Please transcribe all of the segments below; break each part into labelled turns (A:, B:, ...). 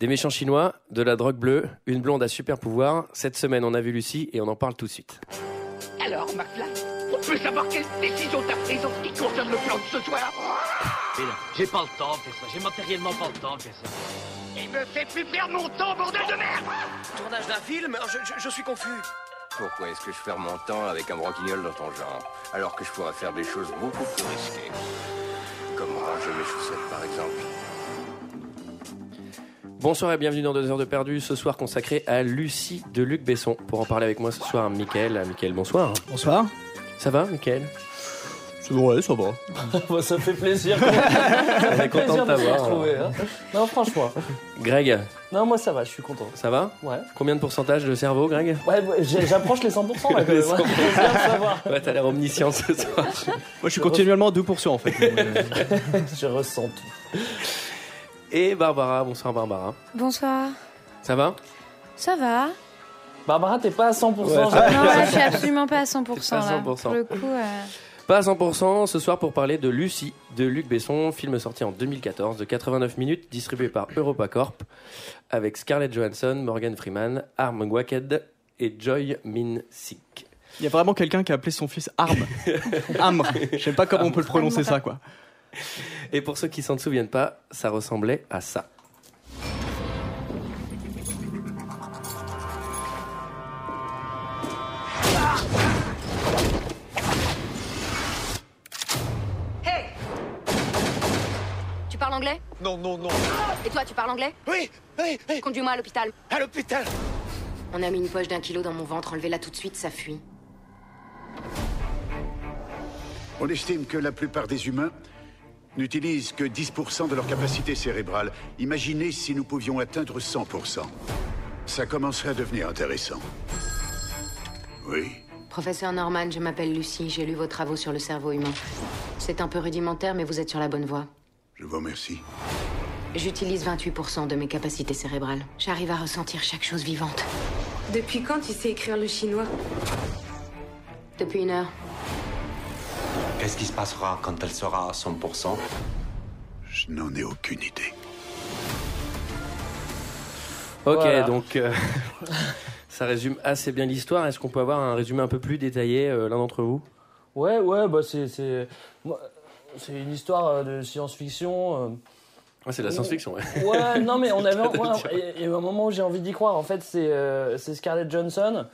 A: Des méchants chinois, de la drogue bleue, une blonde à super pouvoir. Cette semaine, on a vu Lucie et on en parle tout de suite.
B: Alors, McFly, on peut savoir quelle décision t'as prise en ce qui concerne le plan de ce soir
C: J'ai pas le temps de faire ça, j'ai matériellement pas le temps de faire ça.
B: Il me fait plus perdre mon temps, bordel de merde
C: Tournage d'un film je, je- je suis confus.
D: Pourquoi est-ce que je perds mon temps avec un broquignol dans ton genre, alors que je pourrais faire des choses beaucoup plus risquées Comme ranger mes chaussettes, par exemple.
A: Bonsoir et bienvenue dans 2 heures de perdu, ce soir consacré à Lucie de Luc Besson. Pour en parler avec moi ce soir, Mickaël. Mickaël, bonsoir.
E: Bonsoir.
A: Ça va, Mickaël
E: Ouais, ça va.
F: Bah, ça fait plaisir.
A: On est content de t'avoir.
F: retrouver. hein. Non, franchement.
A: Greg,
F: Non, moi ça va, je suis content.
A: ça va
F: Ouais.
A: Combien de pourcentage de cerveau, Greg
F: Ouais, bah, j'ai- j'approche les 100% là quand
A: Les
F: même. Ouais, je veux bien savoir.
A: Ouais, t'as l'air omniscient ce soir.
E: Moi, je suis continuellement à 2% en fait.
F: Je ressens tout.
A: Et Barbara, bonsoir Barbara.
G: Bonsoir.
A: Ça va
G: Ça va
F: Barbara, t'es pas à 100%.
A: Ouais,
F: j'ai-
G: Non, là, je suis absolument pas à 100%.
A: T'es pas à 100%.
G: Là. Pour le coup, euh,
A: Pas à 100% ce soir pour parler de Lucie de Luc Besson, film sorti en 2014 de 89 minutes, distribué par EuropaCorp, avec Scarlett Johansson, Morgan Freeman, Arm Gwaked et Joy Min Sik.
E: Il y a vraiment quelqu'un qui a appelé son fils Arm. Amr. Je sais pas comment on peut le prononcer ça quoi.
A: Et pour ceux qui s'en souviennent pas, ça ressemblait à ça.
H: Tu parles anglais
C: Non, non, non.
H: Et toi, tu parles anglais
C: Oui, oui, oui,
H: Conduis-moi à l'hôpital.
C: à l'hôpital.
H: On a mis une poche d'un kilo dans mon ventre, enlevez-la tout de suite, ça fuit.
I: On estime que la plupart des humains n'utilisent que 10% de leur capacité cérébrale. Imaginez si nous pouvions atteindre 100%. Ça commencerait à devenir intéressant. Oui.
H: Professeur Norman, je m'appelle Lucie, j'ai lu vos travaux sur le cerveau humain. C'est un peu rudimentaire, mais vous êtes sur la bonne voie.
I: Je vous remercie.
H: J'utilise 28% de mes capacités cérébrales. J'arrive à ressentir chaque chose vivante.
J: Depuis quand tu sais écrire le chinois
H: Depuis une heure.
D: Qu'est-ce qui se passera quand elle sera à 100%
I: Je n'en ai aucune idée.
A: Ok,
F: Voilà.
A: donc euh, ça résume assez bien l'histoire. Est-ce qu'on peut avoir un résumé un peu plus détaillé, euh, l'un d'entre vous
F: Ouais, ouais, bah c'est. C'est moi, c'est une histoire euh, de science-fiction. euh,
A: Ouais, C'est de la science-fiction, ouais.
F: Ouais, non, mais on avait.
A: Qu'est-ce que
F: ouais,
A: t'as dit,
F: Il y a eu un moment où j'ai envie d'y croire. En fait, c'est euh, c'est Scarlett Johnson.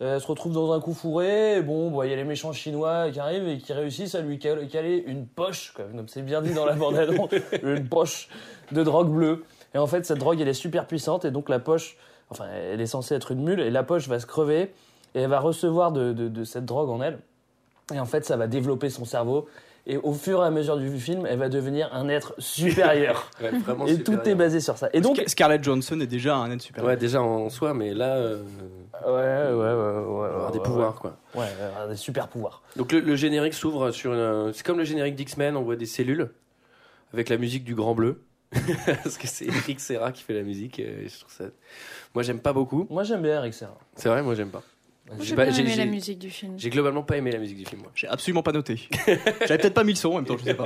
F: Euh, elle se retrouve dans un coup fourré. Et bon, bon, il y a les méchants chinois qui arrivent et qui réussissent à lui cal- caler une poche, quoi, comme c'est bien dit dans la bande-annonce, une poche de drogue bleue. Et en fait, cette drogue, elle est super puissante. Et donc, la poche. Enfin, elle est censée être une mule. Et la poche va se crever. Et elle va recevoir de- de- de cette drogue en elle. Et en fait, ça va développer son cerveau. Et au fur et à mesure du film, elle va devenir un être supérieur.
A: Ouais, vraiment
F: Et
A: super
F: tout est
A: bien.
F: basé sur ça. Et donc,
E: Scar- Scarlett Johnson est déjà un être super.
A: Ouais, déjà en soi, mais là, euh,
F: ouais, ouais, ouais, ouais,
A: avoir
F: ouais,
A: des
F: Euh, ouais,
A: pouvoirs, quoi.
F: Ouais, ouais, avoir des super pouvoirs.
A: Donc le, le générique s'ouvre sur une... C'est comme le générique d'X-Men, on voit des cellules avec la musique du Grand Bleu. Parce que c'est Eric Serra qui fait la musique. euh, et je trouve ça... Moi j'aime pas beaucoup.
F: Moi, j'aime bien Eric Serra.
A: C'est vrai, moi j'aime pas.
G: j'ai
A: pas-
G: bien aimé la
A: j'ai-
G: musique du film.
A: J'ai globalement pas aimé la musique du film. moi.
E: J'ai absolument pas noté. J'avais peut-être pas mis le son en même temps, je sais pas.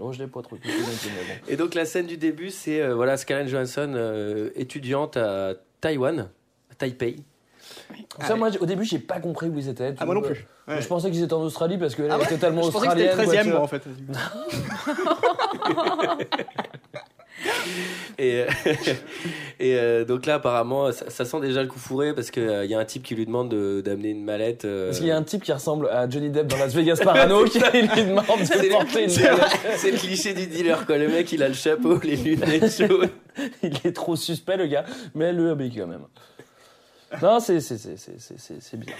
F: Oh, je l'ai pas trop. écouté, mais bon.
A: Et donc la scène du début, c'est euh, voilà, Scarlett Johansson, euh, étudiante à Taïwan, à Taipei.
F: Ça, moi, j'ai- au début, j'ai pas compris où ils étaient.
E: Ah, moi non plus. Ouais.
F: Je pensais qu'ils étaient en Australie parce qu'elle
E: Ah
F: est
E: ouais
F: totalement
E: Je pensais que c'était
F: australienne.
E: le 13 e
F: quoi, tu
E: en
F: vois.
E: fait.
A: Et, euh, et euh, donc là, apparemment, ça, ça sent déjà le coup fourré parce qu'il y a un type qui lui demande de- d'amener une mallette. euh,
F: Parce qu'il y a un type qui ressemble à Johnny Depp dans Las Vegas Parano qui lui demande de porter une
A: C'est
F: mallette.
A: vrai, c'est le cliché du dealer, quoi. Le mec, il a le chapeau, les lunettes jaunes.
F: Il est trop suspect, le gars, mais elle le obéit quand même. Non, c'est c'est- c'est- c'est- c'est- c'est- c'est bien.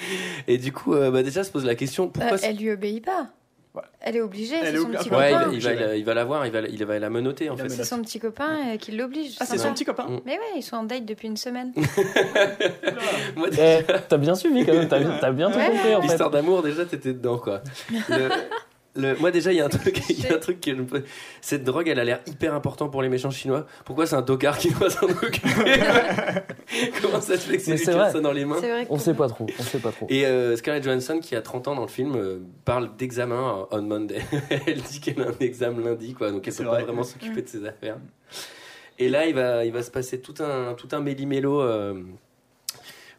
A: Et du coup, euh, bah, déjà, se pose la question pourquoi.
G: Euh,
A: c'est-
G: elle lui obéit pas.
E: Ouais.
G: Elle est obligée.
E: Elle
G: C'est
E: est
G: son
E: obli-
G: petit
E: elle-
A: Ouais, il va,
G: copain.
A: il va, la- il va la voir, il va, la- il va la menoter en
E: Il la
A: fait.
E: menote.
G: C'est son petit copain euh, qui l'oblige.
E: Ah, c'est
G: sympa.
E: son petit copain.
G: Mais ouais, ils sont en date depuis une semaine.
A: Moi,
F: Eh, t'as bien suivi quand même, t'as t'as bien tout
G: Ouais,
F: compris en fait.
A: L'histoire d'amour, déjà, t'étais dedans quoi. Le- le- moi, déjà, il y a un truc, il y a un truc que je me- Cette drogue, elle a l'air hyper importante pour les méchants chinois. Pourquoi c'est un tocard qui doit s'en occuper Comment ça se fait que c'est
F: Mais
A: lui
F: c'est
A: qui a
F: vrai.
A: ça dans les mains
G: C'est vrai que
F: On sait pas trop, on sait pas trop.
A: Et euh, Scarlett Johansson, qui a 30 ans dans le film, euh, parle d'examen euh, on Monday. elle dit qu'elle a un examen lundi, quoi, donc elle
E: C'est
A: peut pas
E: vrai.
A: vraiment s'occuper de ses affaires. Et là, il va, il va se passer tout un, tout un méli-mélo. euh,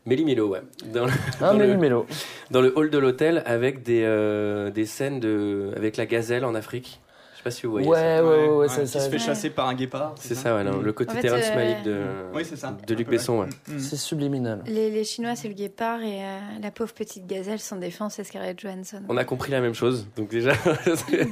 A: méli-mélo, ouais. Dans le, dans
F: Un
A: le-
F: méli-mélo.
A: dans le hall de l'hôtel avec des, euh, des scènes de, avec la gazelle en Afrique. Je sais pas si vous
F: Ouais,
A: voyez. ça.
F: ouais, ouais, ouais,
E: qui
F: c'est
E: se
F: ça.
E: fait chasser par un guépard. Mm.
A: C'est ça, ouais, non, le côté
G: En fait,
A: Terrence
G: euh,
A: Malick de,
E: Oui, c'est ça.
A: de Luc Besson, ouais.
E: Mm.
F: C'est subliminal.
G: Les, les Chinois, c'est le guépard et euh, la pauvre petite gazelle, sans défense, c'est Scarlett Johansson.
A: On a compris la même chose, donc déjà. c'est-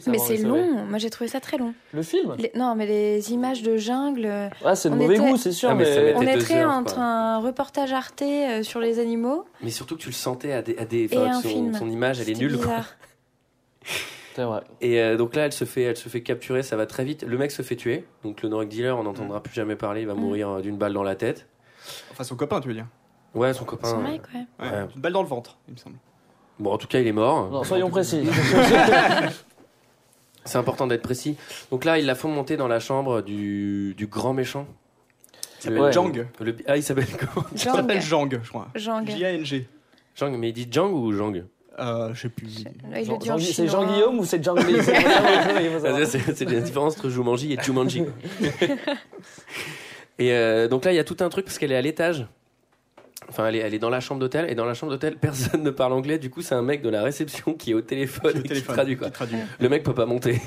F: Ça
G: Mais
F: va,
G: c'est
F: ça va.
G: long. Moi, j'ai trouvé ça très long.
F: Le film
G: Les- non, mais les images de jungle. euh,
F: Ah, c'est de
G: On
F: mauvais
G: était-
F: goût, c'est sûr,
A: Ah, mais ça
F: mais.
A: m'étonne.
G: On
A: était
G: est
A: deux
G: très
A: heures,
G: entre
A: quoi.
G: un reportage Arte euh, sur les animaux
A: Mais surtout que tu le sentais à des. À des
G: et
A: enfin,
G: un
A: son,
G: film.
A: son image, elle est
G: C'était
A: nulle, quoi.
G: bizarre.
F: C'est vrai.
A: Et euh, donc là, elle se, fait, elle se fait capturer, ça va très vite. Le mec se fait tuer, donc le drug dealer, on n'entendra plus jamais parler, il va
G: Mm.
A: mourir euh, d'une balle dans la tête.
E: Enfin, son copain, tu veux dire.
A: Ouais, son copain.
G: Son
A: euh,
G: mec, ouais.
E: Ouais.
A: Ouais.
E: Une balle dans le ventre, il me semble.
A: Bon, en tout cas, il est mort.
F: Non, soyons précis.
A: C'est important d'être précis. Donc là, ils la font monter dans la chambre du, du grand méchant.
E: Il s'appelle
F: Ouais.
E: Jang.
A: Le- ah, il s'appelle comment
E: Il s'appelle
G: Jang.
E: Jang, je crois.
G: Jang.
E: J-A-N-G.
A: Jang, mais il dit Jang ou Jang
E: Euh, je sais plus.
G: Il
F: Jean-
G: le dit
F: Jean-
G: en
F: C'est
G: chinois.
F: Jean-Guillaume ou c'est Jean-Guillaume
A: Ah, C'est c'est la différence entre Jumanji et Jumanji. quoi. et euh, donc là, il y a tout un truc parce qu'elle est à l'étage. Enfin, elle est, elle est dans la chambre d'hôtel et dans la chambre d'hôtel, personne ne parle anglais. Du coup, c'est un mec de la réception qui est au téléphone,
E: Au
A: et qui
E: téléphone.
A: traduit quoi.
E: Qui
F: Bah.
E: traduit.
A: Le mec peut pas monter.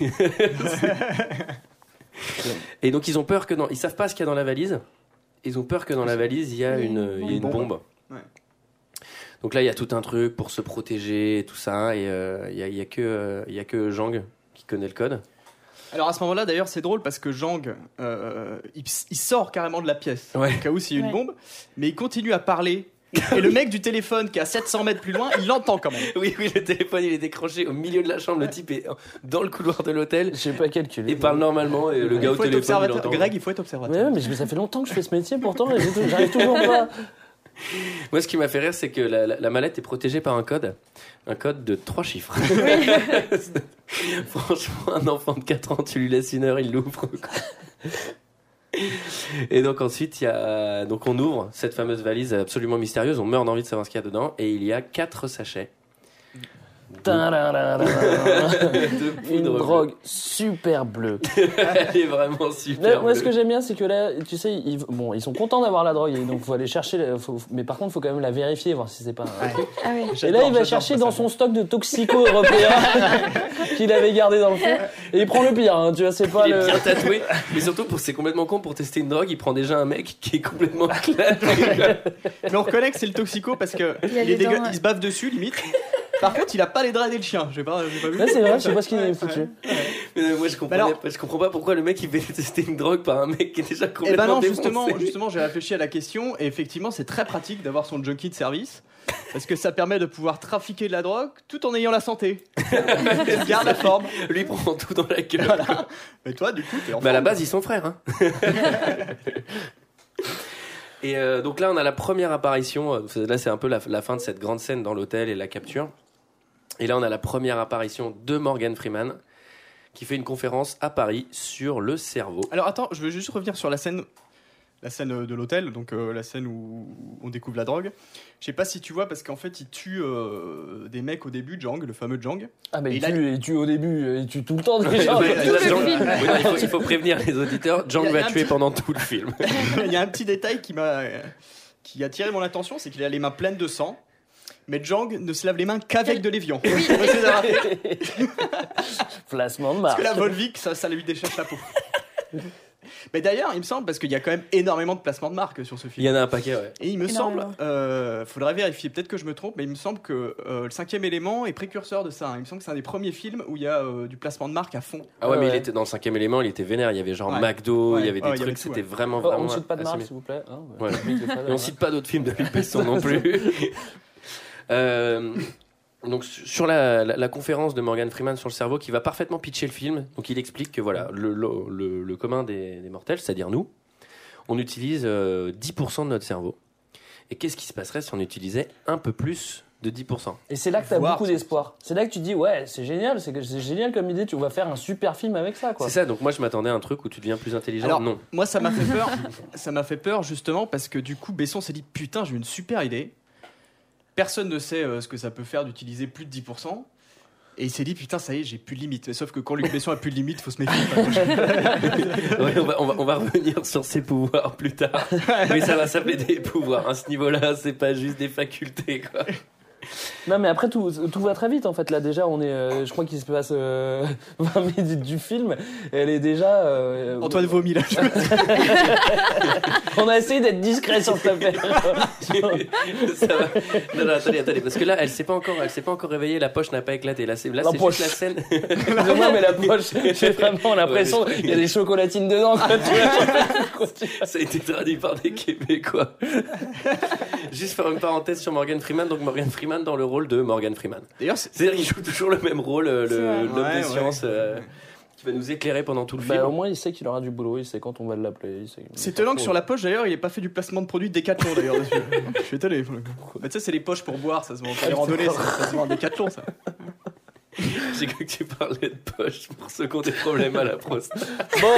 A: et donc ils ont peur que dans, ils savent pas ce qu'il y a dans la valise. Ils ont peur que dans la valise il y a une, il y a une bombe.
E: Ouais.
A: Donc là il y a tout un truc pour se protéger et tout ça et euh, il y, a- il y a que euh, il y a que Jang qui connaît le code.
E: Alors à ce moment-là, d'ailleurs, c'est drôle parce que Jang, euh, il, il sort carrément de la pièce.
A: Ouais.
E: Au cas où s'il y a une
G: Ouais.
E: bombe, mais il continue à parler. Et le mec du téléphone qui est à 700 mètres plus loin, il l'entend quand même.
A: Oui oui le téléphone il est décroché au milieu de la chambre le type est dans le couloir de l'hôtel
F: J'ai pas
A: et
F: calculé.
A: parle normalement et le
E: il
A: gars au
E: faut être
A: téléphone il
E: observateur.
A: l'entend.
E: Greg, il faut être
F: Mais, ouais,
E: observateur.
F: mais je- mais ça fait longtemps que je fais ce métier pourtant et j'ai tout- j'arrive toujours pas.
A: Moi, ce qui m'a fait rire, c'est que la, la- la mallette est protégée par un code. Un code de trois chiffres. Franchement, un enfant de 4 ans, tu lui laisses une heure, il l'ouvre. quoi. Et donc ensuite, il y a, donc on ouvre cette fameuse valise absolument mystérieuse. On meurt d'envie de savoir ce qu'il y a dedans, et il y a quatre sachets
F: Tadadadada.
A: de
F: Une
A: poudre bleue.
F: drogue super bleue.
A: Elle est vraiment
F: Là,
A: super.
F: moi, ce que
A: bleue.
F: j'aime bien, c'est que là, tu sais, ils, bon, ils sont contents d'avoir la drogue, et donc faut aller chercher. la- faut- mais par contre, faut quand même la vérifier, voir si c'est pas. un-
G: Ah ouais.
F: Et là, il va chercher dans son stock de toxico européens qu'il avait gardé dans le fond. Et il prend le pire, hein, tu vois, c'est pas
A: Il
F: le.
A: est bien tatoué, mais surtout pour c'est complètement con pour tester une drogue, il prend déjà un mec qui est complètement éclaté.
E: Mais on reconnaît que c'est le toxico parce que
G: Il
E: il,
G: a les
E: est dégueu-
G: dents, ouais.
E: il se bave dessus limite. Par contre, il a pas les draps et le chien. J'ai pas, j'ai pas vu.
F: Là, c'est vrai, je sais pas ce qu'il est foutu.
A: Mais non, moi je comprends,
E: Bah alors-
A: pas, je comprends pas pourquoi le mec il fait tester une drogue par un mec qui est déjà
E: Et
A: complètement
E: ben non,
A: défoncé.
E: justement, justement, j'ai réfléchi à la question et effectivement, c'est très pratique d'avoir son junkie de service parce que ça permet de pouvoir trafiquer de la drogue tout en ayant la santé. Il garde la forme.
A: Lui prend tout dans la gueule.
E: Voilà. Mais toi, du coup, t'es en
A: Bah à la
E: forme.
A: base ils sont frères. Hein. et euh, donc là on a la première apparition, euh, là c'est un peu la, la fin de cette grande scène dans l'hôtel et la capture. Et là on a la première apparition de Morgan Freeman qui fait une conférence à Paris sur le cerveau.
E: Alors attends, je veux juste revenir sur la scène, la scène euh, de l'hôtel, donc euh, la scène où on découvre la drogue. Je sais pas si tu vois parce qu'en fait, il tue euh, des mecs au début, Jang, le fameux Jang.
F: Ah, mais
E: Et
F: il
E: là-
F: tue, il tue au début, euh, il tue tout le temps
A: Ouais,
F: déjà.
A: ouais,
E: tout le
A: Jean-
E: film.
A: Oui, non, il, faut, il faut prévenir les auditeurs, Jean
E: Il y a-
A: va
E: il y a un
A: tuer
E: petit-
A: pendant tout le film.
E: Il y a un petit détail qui m'a euh, qui a attiré mon attention, c'est qu'il a les mains pleines de sang. Mais Jang ne se lave les mains qu'avec de l'évian. C'est ça.
F: Placement de
E: Parce
F: marque.
E: que la Volvic, ça, ça lui déchèche la peau. Mais d'ailleurs, il me semble, parce qu'il y a quand même énormément de placements de marque sur ce
A: Il
E: film.
A: y en a un paquet, ouais.
E: Et il me
G: Énormément.
E: semble, euh, faudrait vérifier, peut-être que je me trompe, mais il me semble que euh, le cinquième élément est précurseur de ça. hein. Il me semble que c'est un des premiers films où il y a euh, du placement de marque à fond.
A: Ah ouais,
F: Ouais,
A: mais il
F: ouais.
A: était dans le cinquième élément, il était vénère. Il y avait genre
E: Ouais.
A: McDo, il y
E: Ouais.
A: avait des
E: Ouais, il y avait
A: trucs,
E: tout,
A: c'était
E: ouais.
A: vraiment,
F: Oh,
A: vraiment.
F: on ne cite pas de marque,
A: assez-
F: s'il vous plaît. hein, ouais.
A: Voilà.
F: Oui, il est pas
A: Et on
F: là.
A: cite pas d'autres films de Luc Besson non plus. Euh, donc sur la, la- la conférence de Morgan Freeman sur le cerveau, qui va parfaitement pitcher le film. Donc il explique que voilà, le, le- le- le commun des, des mortels, c'est-à-dire nous, on utilise euh, 10% de notre cerveau. Et qu'est-ce qui se passerait si on utilisait un peu plus de 10%
F: Et c'est là que t'as
E: Voir,
F: beaucoup
E: c'est-
F: d'espoir. C'est là que tu dis, ouais, c'est génial, c'est que- c'est génial comme idée, tu vas faire un super film avec ça, quoi.
A: C'est ça, donc moi je m'attendais à un truc où tu deviens plus intelligent.
E: Alors-
A: non.
E: Moi, ça m'a fait peur. ça m'a fait peur justement parce que du coup, Besson s'est dit putain, j'ai une super idée. Personne ne sait euh, ce que ça peut faire d'utiliser plus de 10%. Et il s'est dit, putain, ça y est, j'ai plus de limite. Sauf que quand Luc Besson a plus de limite, faut se méfier.
A: Ouais, on, va, on va- on va revenir sur ses pouvoirs plus tard. Mais ça va s'appeler des pouvoirs. À ce niveau-là, c'est pas juste des facultés. Quoi.
F: Non, mais après, tout, tout va très vite, en fait. Là, déjà, on est, euh, je crois qu'il se passe euh, 20 minutes du film. Et elle est déjà... euh,
E: Antoine vomit là.
F: On a essayé d'être discret sur cette affaire.
A: Ça va. Non, non, attendez, attendez, parce que là, elle s'est pas encore, elle s'est pas encore réveillée. La poche n'a pas éclaté. Là, c'est là,
F: La
A: c'est
F: poche.
A: juste la scène.
F: Excusez-moi, mais la poche, j'ai vraiment l'impression
A: Ouais, mais-
F: qu'il y a des chocolatines dedans. quoi, tu vois.
A: Ça a été traduit par des Québécois. Juste faire une parenthèse sur Morgan Freeman. Donc Morgan Freeman dans le rôle de Morgan Freeman.
E: D'ailleurs, c'est-
A: C'est-à-dire, il joue toujours le même rôle, euh,
G: C'est vrai.
A: le- l'homme
E: Ouais,
A: des
E: ouais.
A: sciences, euh, qui va nous éclairer pendant tout le film.
F: Bah, au moins, il sait qu'il aura du boulot, il sait quand on va l'appeler. il sait-
E: c'est
F: il s'en
E: étonnant que
F: fout.
E: sur la poche, d'ailleurs, il n'ait pas fait du placement de produit Décathlon, d'ailleurs. dessus. Je suis étonné. pour le coup. Ah, Bah, tu sais, c'est les poches pour boire, ça se vend pas les randonnées, ça, ça se vend en Décathlon, ça.
A: J'ai cru que tu parlais de poche pour ceux qui ont des problèmes à la prostate. Bon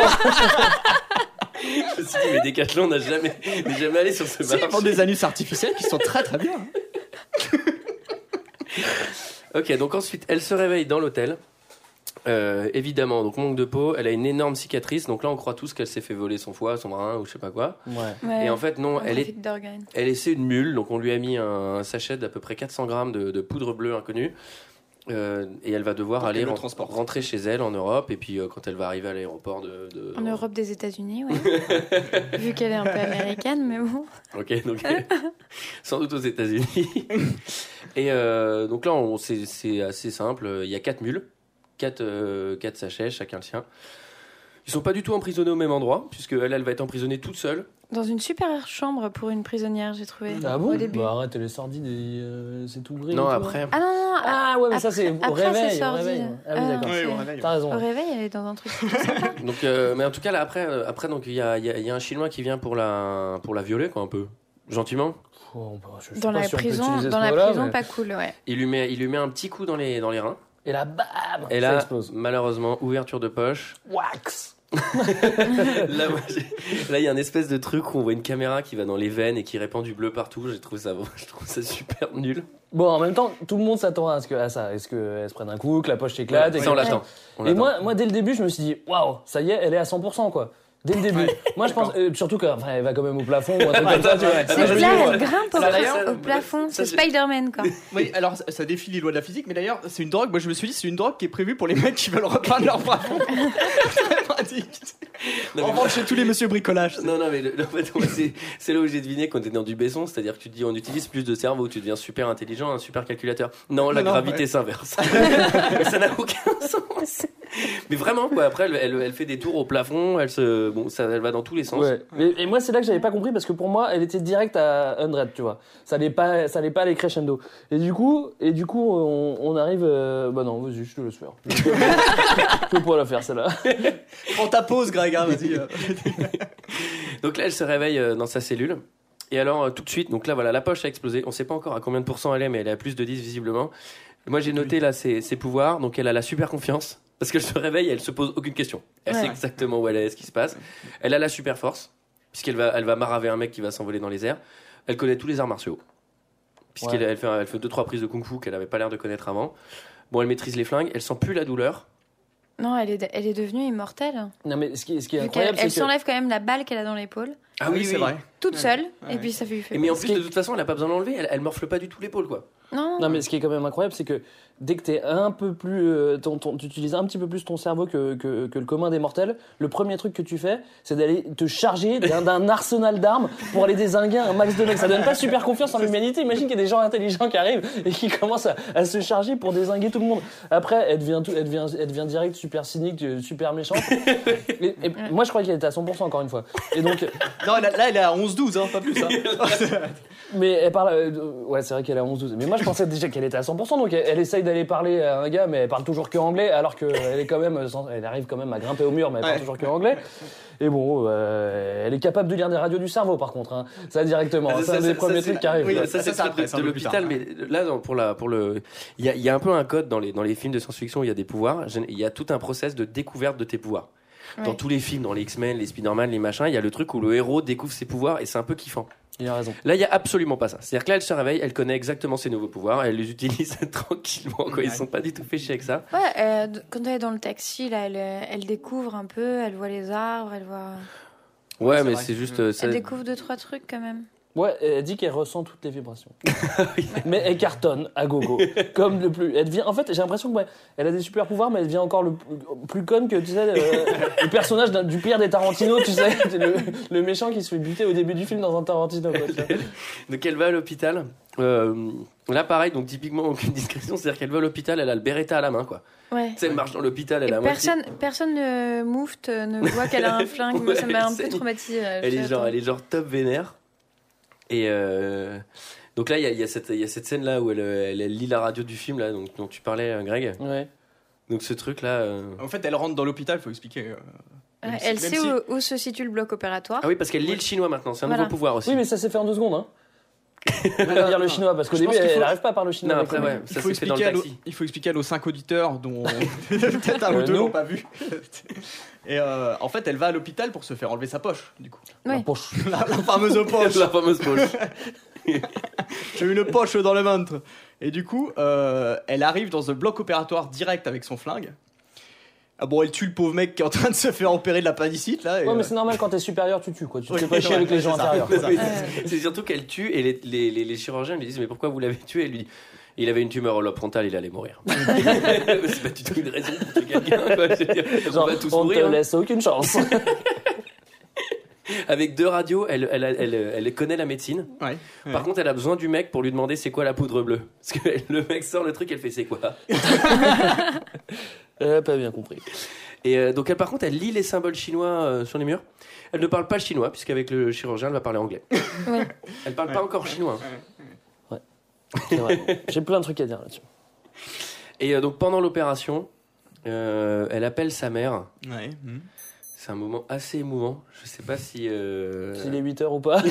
A: Je me suis dit, mais Decathlon n'a jamais, n'est jamais allé sur ce
E: C'est
A: marché.
E: vraiment des anus artificiels qui sont très très bien. hein.
A: Ok, donc ensuite, elle se réveille dans l'hôtel. Euh, évidemment, donc manque de peau, elle a une énorme cicatrice. Donc là, on croit tous qu'elle s'est fait voler son foie, son brin ou je sais pas quoi.
F: Ouais.
G: Ouais.
A: Et en fait, non,
G: Un
A: elle est
G: trafic d'organes.
A: Elle essaie une mule, donc on lui a mis un, un sachet d'à peu près 400 grammes de, de poudre bleue inconnue. Euh, et elle va devoir
E: Pour
A: aller
E: qu'elle le
A: ren-
E: transporte.
A: rentrer chez elle en Europe. Et puis euh, quand elle va arriver à l'aéroport de, de-
G: En Europe des États-Unis, ouais. Vu qu'elle est un peu américaine, mais bon.
A: Ok, donc sans doute aux États-Unis. et euh, donc là, on- c'est- c'est assez simple. Il y a quatre mules, quatre, euh, quatre sachets, chacun le sien. Ils sont pas du tout emprisonnés au même endroit, puisque elle, elle va être emprisonnée toute seule.
G: Dans une super chambre pour une prisonnière, j'ai trouvé.
F: Ah bon
G: Au début.
F: Bah, arrête, elle est sordide et euh, c'est tout gris. et
A: non,
F: tout,
A: après.
G: Ah non, non,
F: hein.
G: non,
F: Ah ouais, mais ça, c'est au
G: après, c'est
F: réveil. au
G: sordide.
F: réveil. Ah oui,
G: Ah,
F: d'accord.
G: Ouais, au
A: Euh,
E: réveil.
F: T'as raison.
G: Au réveil, elle est dans un truc.
A: Donc, euh, mais en tout cas, là, après, euh, après donc il y a, il y a- il y a un Chinois qui vient pour la, pour la violer, quoi, un peu. Gentiment.
F: Pff, on peut- je sais
G: Dans
F: pas
G: la
F: si on peut
G: prison,
F: utiliser ce
G: dans la
F: mot-là,
G: prison,
F: mais- Ah,
G: pas cool, ouais.
A: Il lui met, il lui met un petit coup dans les, dans les reins.
F: Et là, bam
A: Et
F: Ça
A: là,
F: explose.
A: malheureusement, ouverture de poche.
F: Wax
A: Là, moi, j'ai- là, il y a un espèce de truc où on voit une caméra qui va dans les veines et qui répand du bleu partout. J'ai trouvé ça, je trouve ça super nul.
F: Bon, en même temps, tout le monde s'attend à, ce que, à ça. Est-ce qu'elle se prenne un coup, que la poche s'éclate et
A: ça, on
F: que-
A: l'attend. On
F: Et
A: l'attend.
F: moi, moi, dès le début, je me suis dit, waouh, ça y est, elle est à 100%, quoi. Dès le début. moi, je pense, euh, surtout qu'elle va quand même au plafond ou un truc comme ça, tu vois.
A: Ah,
G: C'est
A: mais
G: là,
A: oui, ouais.
G: elle grimpe au,
A: Ça, d'ailleurs,
G: au plafond.
A: ça,
G: C'est
A: j'ai-
G: Spider-Man, quoi.
E: Oui, alors ça- ça défie les lois de la physique, mais d'ailleurs, c'est une drogue. Moi, je me suis dit, c'est une drogue qui est prévue pour les mecs qui veulent repeindre leur bras. Très pratique.
A: Non,
E: En
A: mais-
E: revanche, chez tous les monsieur bricolage.
A: Non, non, mais le- le- en fait, moi, c'est- c'est là où j'ai deviné qu'on était dans du Besson, c'est-à-dire que tu te dis on utilise plus de cerveau, tu deviens super intelligent, un super calculateur. Non, la
E: Non, non,
A: gravité
E: ouais.
A: s'inverse. Mais ça n'a aucun sens. Mais vraiment, quoi, après, elle, elle- elle fait des tours au plafond, elle, se, bon, ça, elle va dans tous les sens.
F: Ouais. Et, et moi, c'est là que j'avais pas compris parce que pour moi, elle était directe à 100, tu vois. Ça allait pas, ça allait pas aller crescendo. Et du coup, et du coup, on, on arrive. euh, bah non, vas-y, je te laisse faire. Je peux pas la faire celle-là.
E: Prends ta pause, Greg, hein, vas-y. euh.
A: Donc là, elle se réveille euh, dans sa cellule. Et alors, euh, tout de suite, donc là, voilà, la poche a explosé. On sait pas encore à combien de pourcents elle est, mais elle est à plus de 10 visiblement. Moi, j'ai noté là ses, ses pouvoirs. Donc, elle a la super confiance. Parce qu'elle se réveille, et elle se pose aucune question. Elle
G: Ouais.
A: sait exactement où elle est, ce qui se passe. Elle a la super force, puisqu'elle va, elle va maraver un mec qui va s'envoler dans les airs. Elle connaît tous les arts martiaux. Puisqu'elle
F: Ouais.
A: elle fait, elle fait deux, trois prises de kung-fu qu'elle avait pas l'air de connaître avant. Bon, elle maîtrise les flingues, elle sent plus la douleur.
G: Non, elle est, de- elle est devenue immortelle.
F: Non, mais ce qui, ce qui est
G: Vu qu'elle
F: incroyable,
G: elle
F: c'est que.
G: s'enlève quand même la balle qu'elle a dans l'épaule,
A: Ah
E: c'est vrai.
G: toute
E: Ouais.
G: seule,
E: Ouais.
G: et puis ça fait lui fait.
A: Et mais en
F: Ce
A: plus,
F: qui est-
A: de toute façon, elle a pas besoin de l'enlever. Elle, elle morfle pas du tout l'épaule, quoi.
G: Non,
F: Non, mais ce qui est quand même incroyable, c'est que dès que t'es un peu plus, euh, ton- ton- tu utilises un petit peu plus ton cerveau que, que, que le commun des mortels, le premier truc que tu fais, c'est d'aller te charger d'un d'un arsenal d'armes pour aller désinguer un max de mecs. Ça donne pas super confiance en l'humanité. Imagine qu'il y a des gens intelligents qui arrivent et qui commencent à, à se charger pour désinguer tout le monde. Après, elle devient, tout, elle devient, elle devient direct super cynique, euh, super méchante. Et- et moi, je crois qu'elle était à 100% encore une fois. Et donc,
E: Non, là, là, elle est à 11-12, hein, pas plus. hein.
F: mais elle parle. euh, euh, ouais, c'est vrai qu'elle est à 11-12. Mais moi, je pensais déjà qu'elle était à 100%. Donc, elle, elle essaye d'aller parler à un gars, mais elle parle toujours que anglais. Alors qu'elle est quand même. euh, sans- Elle arrive quand même à grimper au mur, mais elle parle
E: Ouais.
F: toujours que anglais. Et bon, euh, elle est capable de lire des radios du cerveau, par contre. hein. Ça, directement.
A: Ah,
F: c'est un
A: ça,
F: des
A: ça,
F: premiers
A: ça,
F: trucs
A: c'est-
F: qui arrive.
E: oui,
A: ça,
E: ça,
A: c'est
E: ça,
A: le
E: après,
A: truc
E: c'est un
A: de
E: peu plus
A: l'hôpital, mais là, dans- pour, la, pour le. Il y a, il y a un peu un code dans les, dans les films de science-fiction où il y a des pouvoirs. Je- Il y a tout un process de découverte de tes pouvoirs. Dans
G: Ouais.
A: tous les films, dans les X-Men, les Spider-Man, les machins, il y a le truc où le héros découvre ses pouvoirs et c'est un peu kiffant.
F: Il a raison.
A: Là, il n'y a absolument pas ça. C'est-à-dire que là, elle se réveille, elle connaît exactement ses nouveaux pouvoirs, elle les utilise tranquillement. Quoi. Ils ne sont pas du tout fichés avec ça.
G: Ouais, euh, d- quand elle est dans le taxi, là, elle, euh, elle découvre un peu, elle voit les arbres, elle voit.
A: Ouais,
E: c'est
A: mais
E: vrai.
A: c'est juste. euh, ça-
G: Elle découvre deux, trois trucs quand même.
F: Ouais, elle dit qu'elle ressent toutes les vibrations. mais elle cartonne à gogo. comme le plus. Elle devient. En fait, j'ai l'impression que ouais, elle a des super pouvoirs, mais elle devient encore le plus, plus conne que tu sais euh, le personnage d'un- du pire des Tarantino, tu sais, le, le méchant qui se fait buter au début du film dans un Tarantino. quoi, tu vois.
A: Donc, elle va à l'hôpital. Euh, là, pareil, donc typiquement, aucune discrétion. C'est-à-dire qu'elle va à l'hôpital, elle a le Beretta à la main. Quoi.
G: Ouais.
A: Tu sais, elle marche dans l'hôpital, elle
G: Et
A: a la moitié-
G: personne, personne ne moufte, euh, ne voit qu'elle a un flingue. Moi, ça
A: Ouais,
G: m'a un
A: c'est-
G: peu traumatisée. euh,
A: Elle
G: je
A: est,
G: sais,
A: genre,
G: attends.
A: elle est genre top vénère. Et euh, donc là, il y a, il y a cette, il y a cette scène-là où elle, euh, elle, elle lit la radio du film là, donc, dont tu parlais, euh, Greg.
F: Ouais.
A: Donc ce truc-là. euh,
E: En fait, elle rentre dans l'hôpital, faut expliquer. euh,
G: Ouais,
E: même si-
G: Elle
E: même
G: sait
E: si-
G: où, où se situe le bloc opératoire.
A: Ah oui, parce qu'elle lit le chinois maintenant, c'est un
G: Voilà.
A: nouveau pouvoir aussi.
F: Oui, mais ça s'est fait en deux secondes, hein. On
E: Ah,
F: va dire le chinois, parce qu'au
E: Je
F: début,
E: pense qu'il
F: elle
E: faut-
F: n'arrive pas par le chinois.
A: Non,
F: avec
A: après,
F: le-
A: ouais, ça
E: il, faut
A: s'est fait dans le
E: expliquer à nos-
A: taxi.
E: il faut expliquer à nos cinq auditeurs, dont peut-être un
F: Euh,
E: ou deux
F: nous.
E: l'ont pas vu. Et euh, en fait, elle va à l'hôpital pour se faire enlever sa poche, du coup.
F: La
G: Ouais.
F: poche.
E: La, la fameuse poche.
A: La fameuse poche.
E: J'ai une poche dans le ventre. Et du coup, euh, elle arrive dans un bloc opératoire direct avec son flingue. Ah bon, elle tue le pauvre mec qui est en train de se faire opérer de la panicite là. et,
F: Ouais,
E: euh,
F: mais c'est normal quand t'es supérieur, tu tues, quoi. Tu te
E: Oui,
F: fais pas chier
E: ouais,
F: avec les gens
E: c'est ça.
F: intérieurs.
E: C'est ça.
A: Oui,
G: Ouais.
A: c'est- C'est surtout qu'elle tue et les, les- les- les chirurgiens lui disent Mais pourquoi vous l'avez tué Elle lui dit Il avait une tumeur au lobe frontal, il allait mourir. c'est pas du tout une raison pour tuer quelqu'un. quoi. Je veux dire,
F: Genre,
A: on va tous
F: on
A: mourir.
F: te
A: hein.
F: laisse aucune chance.
A: Avec deux radios, elle, elle, elle, elle, elle connaît la médecine.
E: ouais.
A: Par contre, elle a besoin du mec pour lui demander c'est quoi la poudre bleue. Parce que le mec sort le truc, elle fait c'est quoi.
F: Elle a Euh, pas bien compris.
A: Et euh, donc, elle, par contre, elle lit les symboles chinois euh, sur les murs. Elle ne parle pas chinois, puisqu'avec le chirurgien, elle va parler anglais.
G: Ouais.
A: Elle parle pas encore chinois. hein.
F: C'est vrai. J'ai plein de trucs à dire là-dessus.
A: Et euh, donc, pendant l'opération, euh, elle appelle sa mère.
E: Ouais, hmm.
A: C'est un moment assez émouvant. Je sais pas si. euh,
F: S'il est 8h ou pas.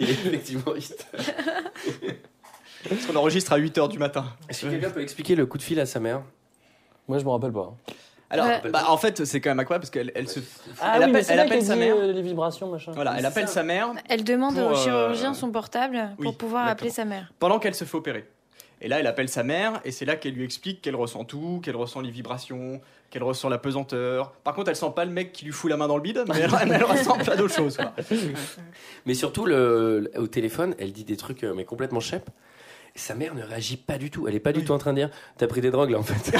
A: il est effectivement. hit.
E: Parce qu'on enregistre à 8h du matin.
A: Est-ce que quelqu'un peut expliquer le coup de fil à sa mère
F: Moi, je me rappelle pas.
E: Alors,
G: Ouais.
E: bah, en fait, c'est quand même incroyable parce qu'elle elle se.
F: Ah
E: Elle
F: oui,
E: appelle-
F: mais c'est
E: elle
F: là
E: appelle
F: qu'elle
E: sa
F: dit,
E: mère.
F: euh, les vibrations, machin.
E: Voilà, elle appelle sa mère
G: Elle demande
E: Pour,
G: au
E: euh,
G: chirurgien son portable pour
E: oui,
G: pouvoir
E: exactement.
G: appeler sa mère.
E: pendant qu'elle se fait opérer. Et là, elle appelle sa mère, et c'est là qu'elle lui explique qu'elle ressent tout, qu'elle ressent les vibrations, qu'elle ressent la pesanteur. Par contre, elle sent pas le mec qui lui fout la main dans le bide, mais elle, mais elle ressent plein d'autres choses.
F: Euh,
E: quoi.
A: Mais surtout, le, le- au téléphone, elle dit des trucs euh, mais complètement chep. Et Sa mère ne réagit pas du tout. Elle est pas du tout en train de dire T'as pris des drogues là en fait.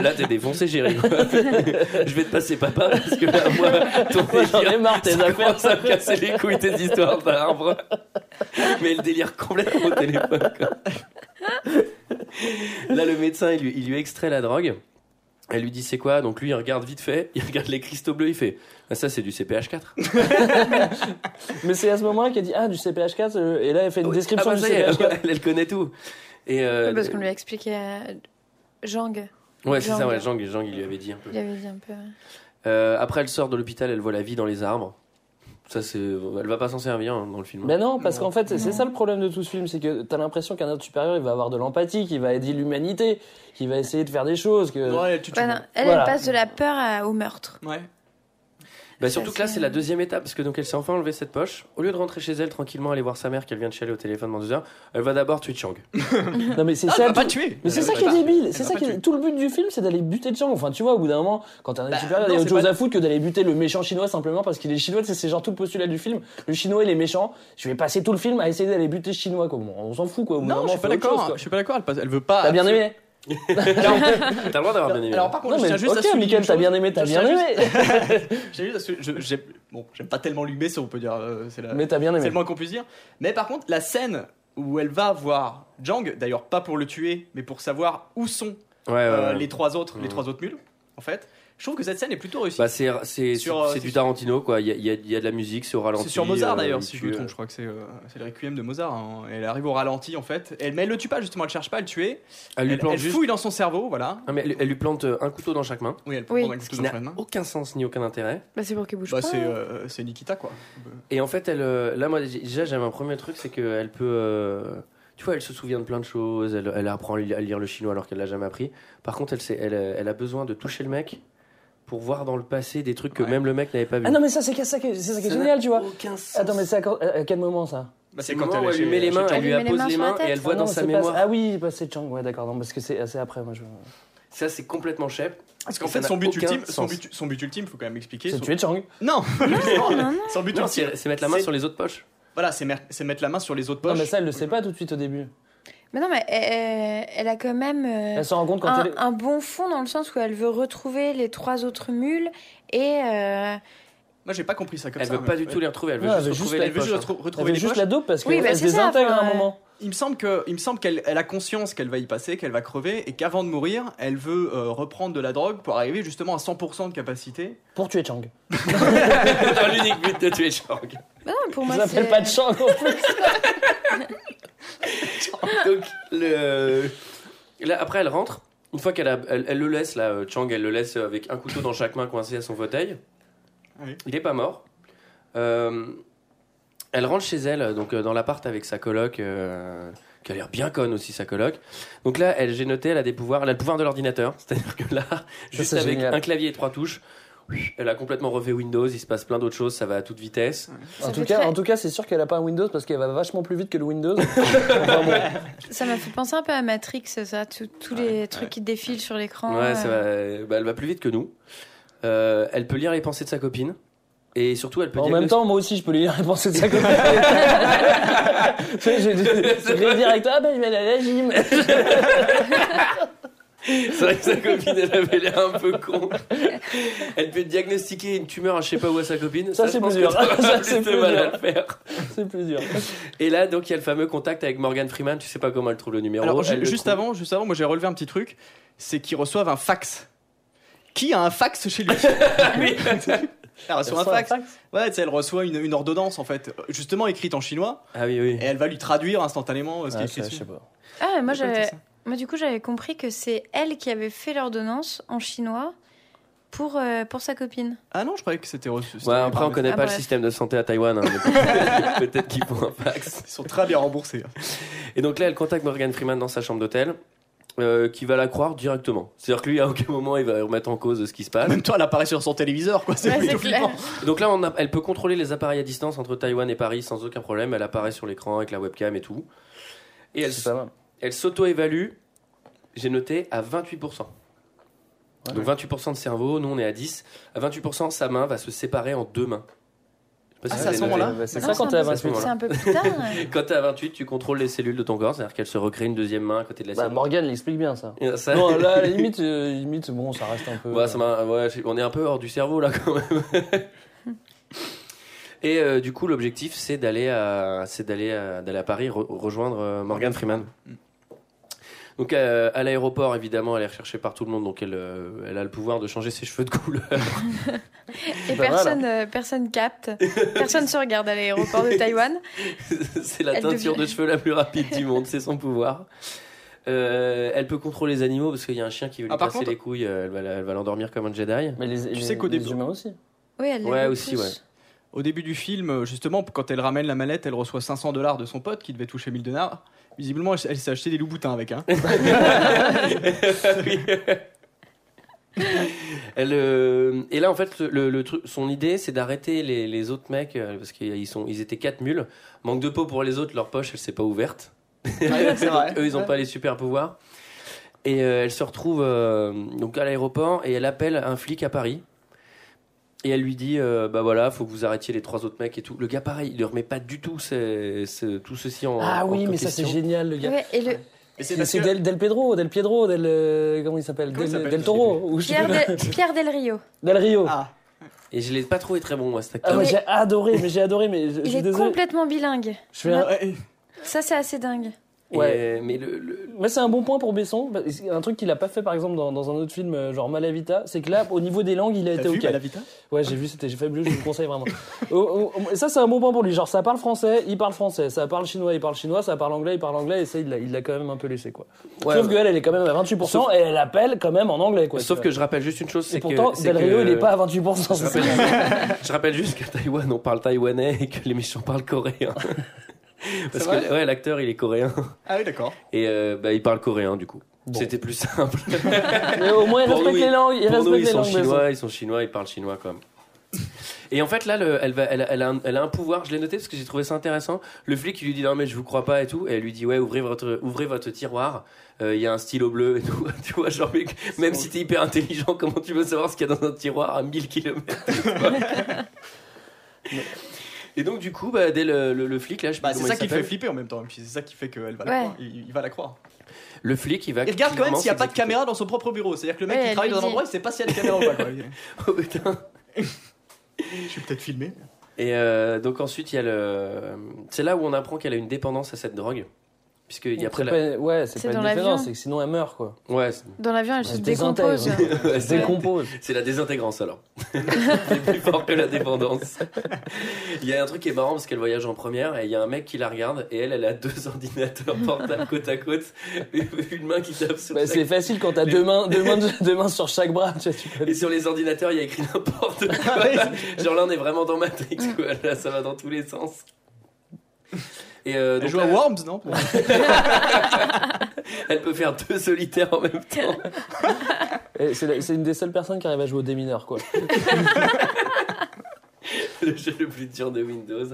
A: là, t'es défoncé, chérie. Je vais te passer papa parce que là, moi, ton
F: J'en ai
A: délire.
F: marre tes
A: Ça
F: affaires.
A: commence à me casser les couilles tes histoires d'arbres. Mais le délire complètement au téléphone. quoi. Là, le médecin, il lui, il lui extrait la drogue. Elle lui dit c'est quoi Donc lui, il regarde vite fait. Il regarde les cristaux bleus. Il fait Ah, ça, c'est du CPH4.
F: Mais c'est à ce moment-là qu'elle dit Ah, du CPH4. euh, Et là, elle fait une
A: Ouais.
F: description
A: Ah bah
F: du
A: ça y est,
F: CPH4.
A: Elle, elle connaît tout. Et euh,
G: Ouais, Parce qu'on lui a expliqué à Jang,
A: ouais, c'est ça,
G: Zhang.
A: ouais, Zhang, Zhang, il lui avait dit un peu.
G: il avait dit un peu.
A: Euh, après, elle sort de l'hôpital, elle voit la vie dans les arbres. Ça, c'est, elle va pas s'en servir hein, dans le film.
F: Mais Ben non, parce qu'en fait,
G: Non.
F: c'est ça le problème de tout ce film, c'est que t'as l'impression qu'un autre supérieur, il va avoir de l'empathie, qu'il va aider l'humanité, qu'il va essayer de faire des choses, que...
E: Ouais, elle tue tout le
G: Ouais, non,
E: monde.
G: Bah, elle,
F: Voilà.
G: elle passe de la peur à- au meurtre.
E: Ouais.
A: Bah, surtout
G: Ça,
A: que là,
G: c'est-
A: c'est la deuxième étape, parce que donc elle s'est enfin enlevée cette poche. Au lieu de rentrer chez elle tranquillement, aller voir sa mère qu'elle vient de chialer au téléphone dans deux heures, elle va d'abord tuer Chang.
F: Non mais c'est
E: Ah, elle
F: ça...
E: va pas
F: tout-
E: tuer
F: Mais c'est
E: Elle
F: ça
E: va
F: qui est
E: pas-
F: débile,
E: elle
F: c'est
E: va
F: ça
E: pas
F: qui est...
E: tuer.
F: Tout le but du film, c'est d'aller buter Chang. Enfin, tu vois, au bout d'un moment, quand t'as un
E: Bah, non,
F: supérieur, il y a
E: c'est
F: autre chose
E: pas-
F: à foutre que d'aller buter le méchant chinois simplement parce qu'il est chinois, tu sais, c'est genre tout le postulat du film. Le chinois, il est méchant, je vais passer tout le film à essayer d'aller buter ce chinois, quoi. Bon, on s'en fout, quoi. Au bout d'un
E: Non, je
F: moment,
E: suis
F: on
E: pas
F: fait autre chose,
E: d'accord.
F: quoi.
E: Je suis pas d'accord. Elle, passe- elle veut pas.
F: T'as bien aimé
A: T'as le droit d'avoir bien aimé. hein.
E: Alors par contre,
F: Non
E: je
F: mais,
E: tiens juste à
F: ok,
E: souligner
F: Michael,
E: une
F: t'as
E: chose.
F: bien aimé, t'as
E: Je
F: bien
E: tiens
F: aimé
E: J'ai juste à sou- je- j'ai- bon, j'aime pas tellement l'humé, ça on peut dire. euh, c'est la...
F: Mais t'as bien
E: C'est
F: aimé.
E: le moins qu'on puisse dire. Mais par contre, la scène où elle va voir Jang, d'ailleurs pas pour le tuer, mais pour savoir où sont
A: Ouais, ouais,
E: euh,
A: ouais.
E: les trois autres,
A: Ouais.
E: les trois autres mules, en fait. Je trouve que cette scène est plutôt réussie.
A: Bah, c'est, c'est,
E: Sur,
A: c'est-
E: euh,
A: c'est
E: c'est
A: du
E: sur-
A: Tarantino, quoi. Il y a, il y a- il y a de la musique, c'est au ralenti.
E: c'est sur Mozart
A: euh,
E: d'ailleurs,
A: il
E: si je
A: tue,
E: me
A: euh,
E: trompe. Je crois que c'est euh, c'est le requiem de Mozart. hein. Elle arrive au ralenti en fait. Elle, mais elle le tue pas justement, elle cherche pas à le tuer.
A: Elle
E: Elle,
A: lui plante
E: elle
A: juste.
E: fouille dans son cerveau, voilà.
A: Ah, mais elle, elle lui plante euh, un couteau dans chaque main.
E: Oui, elle
G: Oui.
E: prend un
A: Ce
E: couteau
A: qui
E: dans
A: n'a
E: sa main.
A: aucun sens ni aucun intérêt.
G: Bah, c'est pour qu'il bouge
E: Bah,
G: pas.
E: c'est
G: hein.
E: euh, c'est Nikita quoi. Bah,
A: Et en fait, elle, euh, là, moi, j'ai- déjà, j'avais un premier truc, c'est qu'elle peut. euh, tu vois, elle se souvient de plein de choses, elle, elle apprend à li- à lire le chinois alors qu'elle l'a jamais appris. Par contre, elle, sait- elle, euh, elle a besoin de toucher le mec pour voir dans le passé des trucs que même le mec n'avait pas vu.
F: Ah non, mais ça, c'est ça qui est, c'est ça qui est
A: Ça n'a
F: génial, tu vois.
A: Aucun sens.
F: Attends, mais c'est à, quand- à- à quel moment ça
E: Bah,
A: c'est quand elle
E: est
A: lui met
E: chez-
A: les mains,
E: chez-
A: elle lui
G: Elle lui met les
A: appose
G: mains
A: les
G: sur la
A: mains et
G: tête.
A: elle voit
F: Ah
A: dans
F: non,
A: sa
F: c'est pas-
A: mémoire.
F: Ah oui, bah, c'est Chang, ouais, d'accord, non, parce que c'est c'est après, moi je.
A: Ça, c'est complètement chef.
E: Parce qu'en fait, son but ultime, son but, son but ultime, faut quand même expliquer.
F: C'est
E: son-
F: tuer Chang.
E: Non,
G: Non, non, non.
E: son but
A: Non,
E: ultime,
A: c'est c'est mettre la main
E: c'est-
A: sur les autres poches.
E: Voilà, c'est mer- c'est mettre la main sur les autres
F: Non,
E: poches.
F: mais ça, elle le sait pas tout de suite au début.
G: Mais non, mais elle, elle a quand même euh,
F: Elle se rend compte quand
G: un,
F: elle. est-
G: un bon fond dans le sens où elle veut retrouver les trois autres mules et euh,
E: Moi, j'ai pas compris ça comme
A: Elle
E: ça.
A: veut pas
E: mais-
A: du tout les retrouver, elle veut
F: Ouais, elle veut
A: juste
F: juste
A: retrouver
E: Elle
A: les
E: veut
A: poches.
E: juste
A: hein.
E: retrou-
F: Elle
E: retrouver
F: fait
E: les
F: juste
E: poches.
F: la dope parce qu'elle
G: Oui, bah,
F: elle se
G: c'est ça,
F: désintègre à un
G: enfin,
F: moment.
E: Il me semble que, il me semble qu'elle elle a conscience qu'elle va y passer, qu'elle va crever, et qu'avant de mourir, elle veut euh, reprendre de la drogue pour arriver justement à 100% de capacité.
F: Pour tuer Chang.
A: Dans l'unique but de tuer Chang.
G: bah non, pour
F: Ça
G: moi,
F: s'appelle
G: c'est-
F: pas Chang en plus.
A: Donc, le... là, après, elle rentre. Une fois qu'elle a- elle, elle le laisse, là, euh, Chang, elle le laisse avec un couteau dans chaque main coincé à son fauteuil.
E: Oui.
A: Il n'est pas mort. Euh, elle rentre chez elle, donc euh, dans l'appart avec sa coloc, euh, qui a l'air bien conne aussi, sa coloc. Donc là, elle, j'ai noté, elle a des pouvoirs, elle a le pouvoir de l'ordinateur. C'est-à-dire que là, juste
F: c'est
A: avec
F: génial.
A: un clavier et trois touches, elle a complètement refait Windows, il se passe plein d'autres choses, ça va à toute vitesse.
F: En
G: Ça
F: tout,
G: fait
F: cas,
G: très-
F: en tout cas, c'est sûr qu'elle a pas un Windows parce qu'elle va vachement plus vite que le Windows. Enfin, bon.
G: Ça m'a fait penser un peu à Matrix, ça, tous tous les trucs qui défilent sur l'écran.
A: Ouais,
G: euh,
A: ça va- bah, elle va plus vite que nous. Euh, elle peut lire les pensées de sa copine. Et surtout, elle peut
F: En
A: diagnos-
F: même temps, moi aussi, je peux lui dire les pensées de sa copine. Tu sais, je, je, je vais direct, ah ben, il va aller à la gym.
A: C'est vrai que sa copine, elle avait l'air un peu con. Elle peut diagnostiquer une tumeur à je sais pas où à sa copine.
F: Ça,
A: je
F: c'est
A: pense
F: plus
A: que
F: dur.
A: t'auras
F: Ça,
A: plus
F: c'est
A: de
F: plus
A: mal à
F: dur.
A: le faire.
F: C'est plus dur.
A: Et là, donc, il y a le fameux contact avec Morgan Freeman. Tu sais pas comment elle trouve le numéro.
E: Alors, ju-
A: elle le
E: juste
A: trouve.
E: avant, juste avant, moi j'ai relevé un petit truc, c'est qu'ils reçoivent un fax. Qui a un fax chez lui
A: Oui.
E: Elle reçoit un
F: Sur un
E: fax. Ouais, tu sais, elle reçoit une, une ordonnance en fait, euh, justement écrite en chinois,
A: Ah oui, oui.
E: et elle va lui traduire instantanément euh, ce qui
F: Ah,
E: est
F: ça,
E: écrit. dessus.
F: je sais pas.
G: Ah, moi,
E: J'ai pas
G: j'avais...
E: noté
G: moi, du coup, j'avais compris que c'est elle qui avait fait l'ordonnance en chinois pour, euh, pour sa copine.
E: Ah non, je croyais que c'était reçu. c'était-
A: Ouais, après, on connaît
G: Ah,
A: pas le
G: bref.
A: système de santé à Taïwan. hein, mais Peut-être qu'ils font un fax.
E: Ils sont très bien remboursés.
A: Et donc là, elle contacte Morgan Freeman dans sa chambre d'hôtel. euh, qui va la croire directement. C'est-à-dire que lui, à aucun moment, il va remettre en cause ce qui se
E: En
A: passe.
E: Ah, même temps, elle apparaît sur son téléviseur, quoi. C'est
G: Ouais,
E: plutôt
G: c'est clair.
E: flippant.
A: Donc là, on a- elle peut contrôler les appareils à distance entre Taïwan et Paris sans aucun problème. Elle apparaît sur l'écran avec la webcam et tout. Et elle,
F: C'est pas mal.
A: elle s'auto-évalue, j'ai noté, à 28%. Donc 28% de cerveau, nous on est à 10. À 28%, sa main va se séparer en deux mains. Je sais pas
E: Ah,
A: si vous
E: c'est à
A: avez
E: ce
A: noté.
E: moment-là
F: Bah, C'est
G: Non,
F: ça quand
G: un
F: t'es à
G: peu-
F: 28.
A: moment-là.
G: C'est un peu plus tard. hein. ouais.
A: Quand t'es à 28, tu contrôles les cellules de ton corps, c'est-à-dire qu'elles se recréent une deuxième main à côté de la
F: Bah,
A: sienne.
F: Morgan l'explique bien, ça.
A: Et ça-
F: Non, là, à la limite, euh, limite, bon, ça reste un peu. euh,
A: Ouais, ça m'a- ouais, je- on est un peu hors du cerveau là quand même. Et euh, du coup, l'objectif, c'est d'aller à, c'est d'aller à, d'aller à Paris re- rejoindre euh, Morgan Freeman. Donc euh, à l'aéroport, évidemment, elle est recherchée par tout le monde, donc elle, euh, elle a le pouvoir de changer ses cheveux de couleur.
G: Et
F: Pas mal,
G: personne, euh, personne capte. Personne se regarde à l'aéroport de Taïwan.
A: c'est la
G: Elle
A: teinture
G: devient-
A: de cheveux la plus rapide du monde, c'est son pouvoir. Euh, elle peut contrôler les animaux parce qu'il y a un chien qui veut lui
E: Ah, par
A: casser
E: contre-
A: les couilles. euh, Elle va, la- elle va l'endormir comme un Jedi.
F: Mais les, les-
E: sais qu'au
F: les
E: début-
F: humains aussi.
G: Oui, elle
A: Ouais,
G: l'aime
A: aussi,
G: plus.
A: ouais.
E: Au début du film, euh, justement, quand elle ramène la mallette, elle reçoit 500 dollars de son pote qui devait toucher 1000 dollars. Visiblement, elle, elle s'est acheté des loups boutins avec. Hein.
A: Oui. Elle, euh, et là, en fait, le, le truc, son idée, c'est d'arrêter les, les autres mecs euh, parce qu'ils sont, ils étaient quatre mules. Manque de peau pour les autres, leur poche, elle s'est pas ouverte.
E: c'est
F: Ah,
E: vrai.
A: Eux, ils ont
E: Ouais.
A: pas les super pouvoirs. Et euh, elle se retrouve euh, donc à l'aéroport et elle appelle un flic à Paris. Et elle lui dit, euh, bah voilà, faut que vous arrêtiez les trois autres mecs et tout. Le gars, pareil, il ne remet pas du tout ces- ces- tout ceci en.
F: Ah
A: en
F: oui, mais ça, c'est
A: question.
F: génial, le gars.
G: Ouais, et le
E: Mais c'est
F: C'est
E: parce
F: c'est
E: que-
F: Del, Del Pedro, Del Piedro, Del. euh, comment il s'appelle
E: Comment il
F: Del,
E: s'appelle,
F: Del
E: je sais
F: Toro. Ou je sais
G: Pierre,
F: plus.
G: Del... Pierre Del Rio.
F: Del Rio. Ah,
E: Ah,
A: Et je l'ai pas trouvé très bon, moi, cet
F: moi,
A: acteur.
G: mais-
F: j'ai adoré, mais j'ai adoré, mais je je
G: Il
F: suis
G: est
F: désolé.
G: complètement bilingue.
F: Je fais un-
E: ouais.
G: Ça, c'est assez dingue.
A: Et,
F: Ouais.
A: mais le- le,
F: Mais c'est un bon point pour Besson. parce que Un truc qu'il a pas fait par exemple dans, dans un autre film, euh, genre Malavita, c'est que là, au niveau des langues, il a
E: T'as
F: été
E: vu
F: ok.
A: bah,
E: Malavita
F: Ouais, j'ai vu, c'était fabuleux, je vous le conseille vraiment. Oh, oh, oh, ça, c'est un bon point pour lui. Genre, ça parle français, il parle français, ça parle chinois, il parle chinois, ça parle anglais, il parle anglais, et ça, il l'a- il l'a quand même un peu laissé, quoi.
A: Ouais,
F: Sauf
A: ouais.
F: qu'elle, elle est quand même à 28%, et elle appelle quand même en anglais, quoi.
A: Sauf
F: tu
A: que
F: vois.
A: je rappelle juste une chose,
F: Et
A: c'est que.
F: pourtant,
A: c'est
F: Del Rio,
A: que-
F: il est pas à 28%.
A: Je
F: c'est ça.
A: rappelle, je rappelle juste qu'à Taïwan, on parle taïwanais et que les méchants parlent coréen. Parce
E: vrai
A: que ouais, l'acteur, il est coréen.
E: Ah oui, d'accord.
A: Et euh, bah, il parle coréen, du coup.
F: Bon.
A: C'était plus simple.
F: Mais au moins, ils
A: Pour
F: respectent
A: nous,
F: les
A: ils-
F: langues. Ils
A: Pour nous,
F: respectent
A: ils
F: les
A: sont
F: langues. Besson.
A: chinois, ils sont chinois, ils parlent chinois quand même. Et en fait, là, le- elle, va, elle, elle a un, elle a un pouvoir, je l'ai noté parce que j'ai trouvé ça intéressant. Le flic, il lui dit non, mais je vous crois pas et tout. Et elle lui dit ouais, ouvrez votre, ouvrez votre tiroir, Euh, il y a un stylo bleu et tout. tu vois, genre, mec, même si t'es hyper intelligent, comment tu veux savoir ce qu'il y a dans un tiroir à 1000 km Et donc, du coup, bah, dès le, le- le flic, là, je sais
E: Bah,
A: plus
E: c'est
A: comment
E: ça
A: il
E: qui fait
A: s'appelle.
E: flipper en même temps. Et puis c'est ça qui fait qu'elle va
G: Ouais.
E: la croire. Il, il va la croire.
A: Le flic, il va.
E: Il regarde quand même
A: clairement
E: s'il n'y a pas de
A: s'exécuter.
E: caméra dans son propre bureau. C'est-à-dire que le mec
G: Ouais,
E: qui
G: elle
E: travaille
G: lui
E: dans un
G: dit.
E: endroit, il sait pas s'il y a des caméras ou pas. quoi.
A: Oh putain
E: Je suis peut-être filmé.
A: Et euh, donc ensuite, il y a le. C'est là où on apprend qu'elle a une dépendance à cette drogue. Puisque il y a après
F: C'est
A: la.
F: pas- Ouais, c'est
G: C'est
F: pas
G: dans
F: une
G: l'avion.
F: différence, c'est que sinon elle meurt quoi.
A: Ouais, c'est-
G: Dans l'avion, elle
F: Elle
G: se
F: se
G: décompose. hein.
A: ouais,
F: Elle se
A: c'est
F: décompose.
A: c'est la désintégrance alors. c'est plus fort que la dépendance. Il y a un truc qui est marrant parce qu'elle voyage en première et il y a un mec qui la regarde et elle, elle a deux ordinateurs portables côte à côte. Une main qui tape sur
F: Bah, c'est
A: chaque-
F: facile quand t'as deux mains, deux, mains, deux mains sur chaque bras. Tu vois, tu peux-
A: Et sur les ordinateurs, il y a écrit n'importe
F: Ah
A: quoi. Genre là, on est vraiment dans Matrix. quoi. Là, ça va dans tous les sens. Et euh,
E: Elle
A: donc
E: joue à
A: là-
E: Worms, non
A: Elle peut faire deux solitaires en même temps.
F: Et C'est la- c'est une des seules personnes qui arrive à jouer au démineur quoi.
A: Le jeu le plus dur de Windows.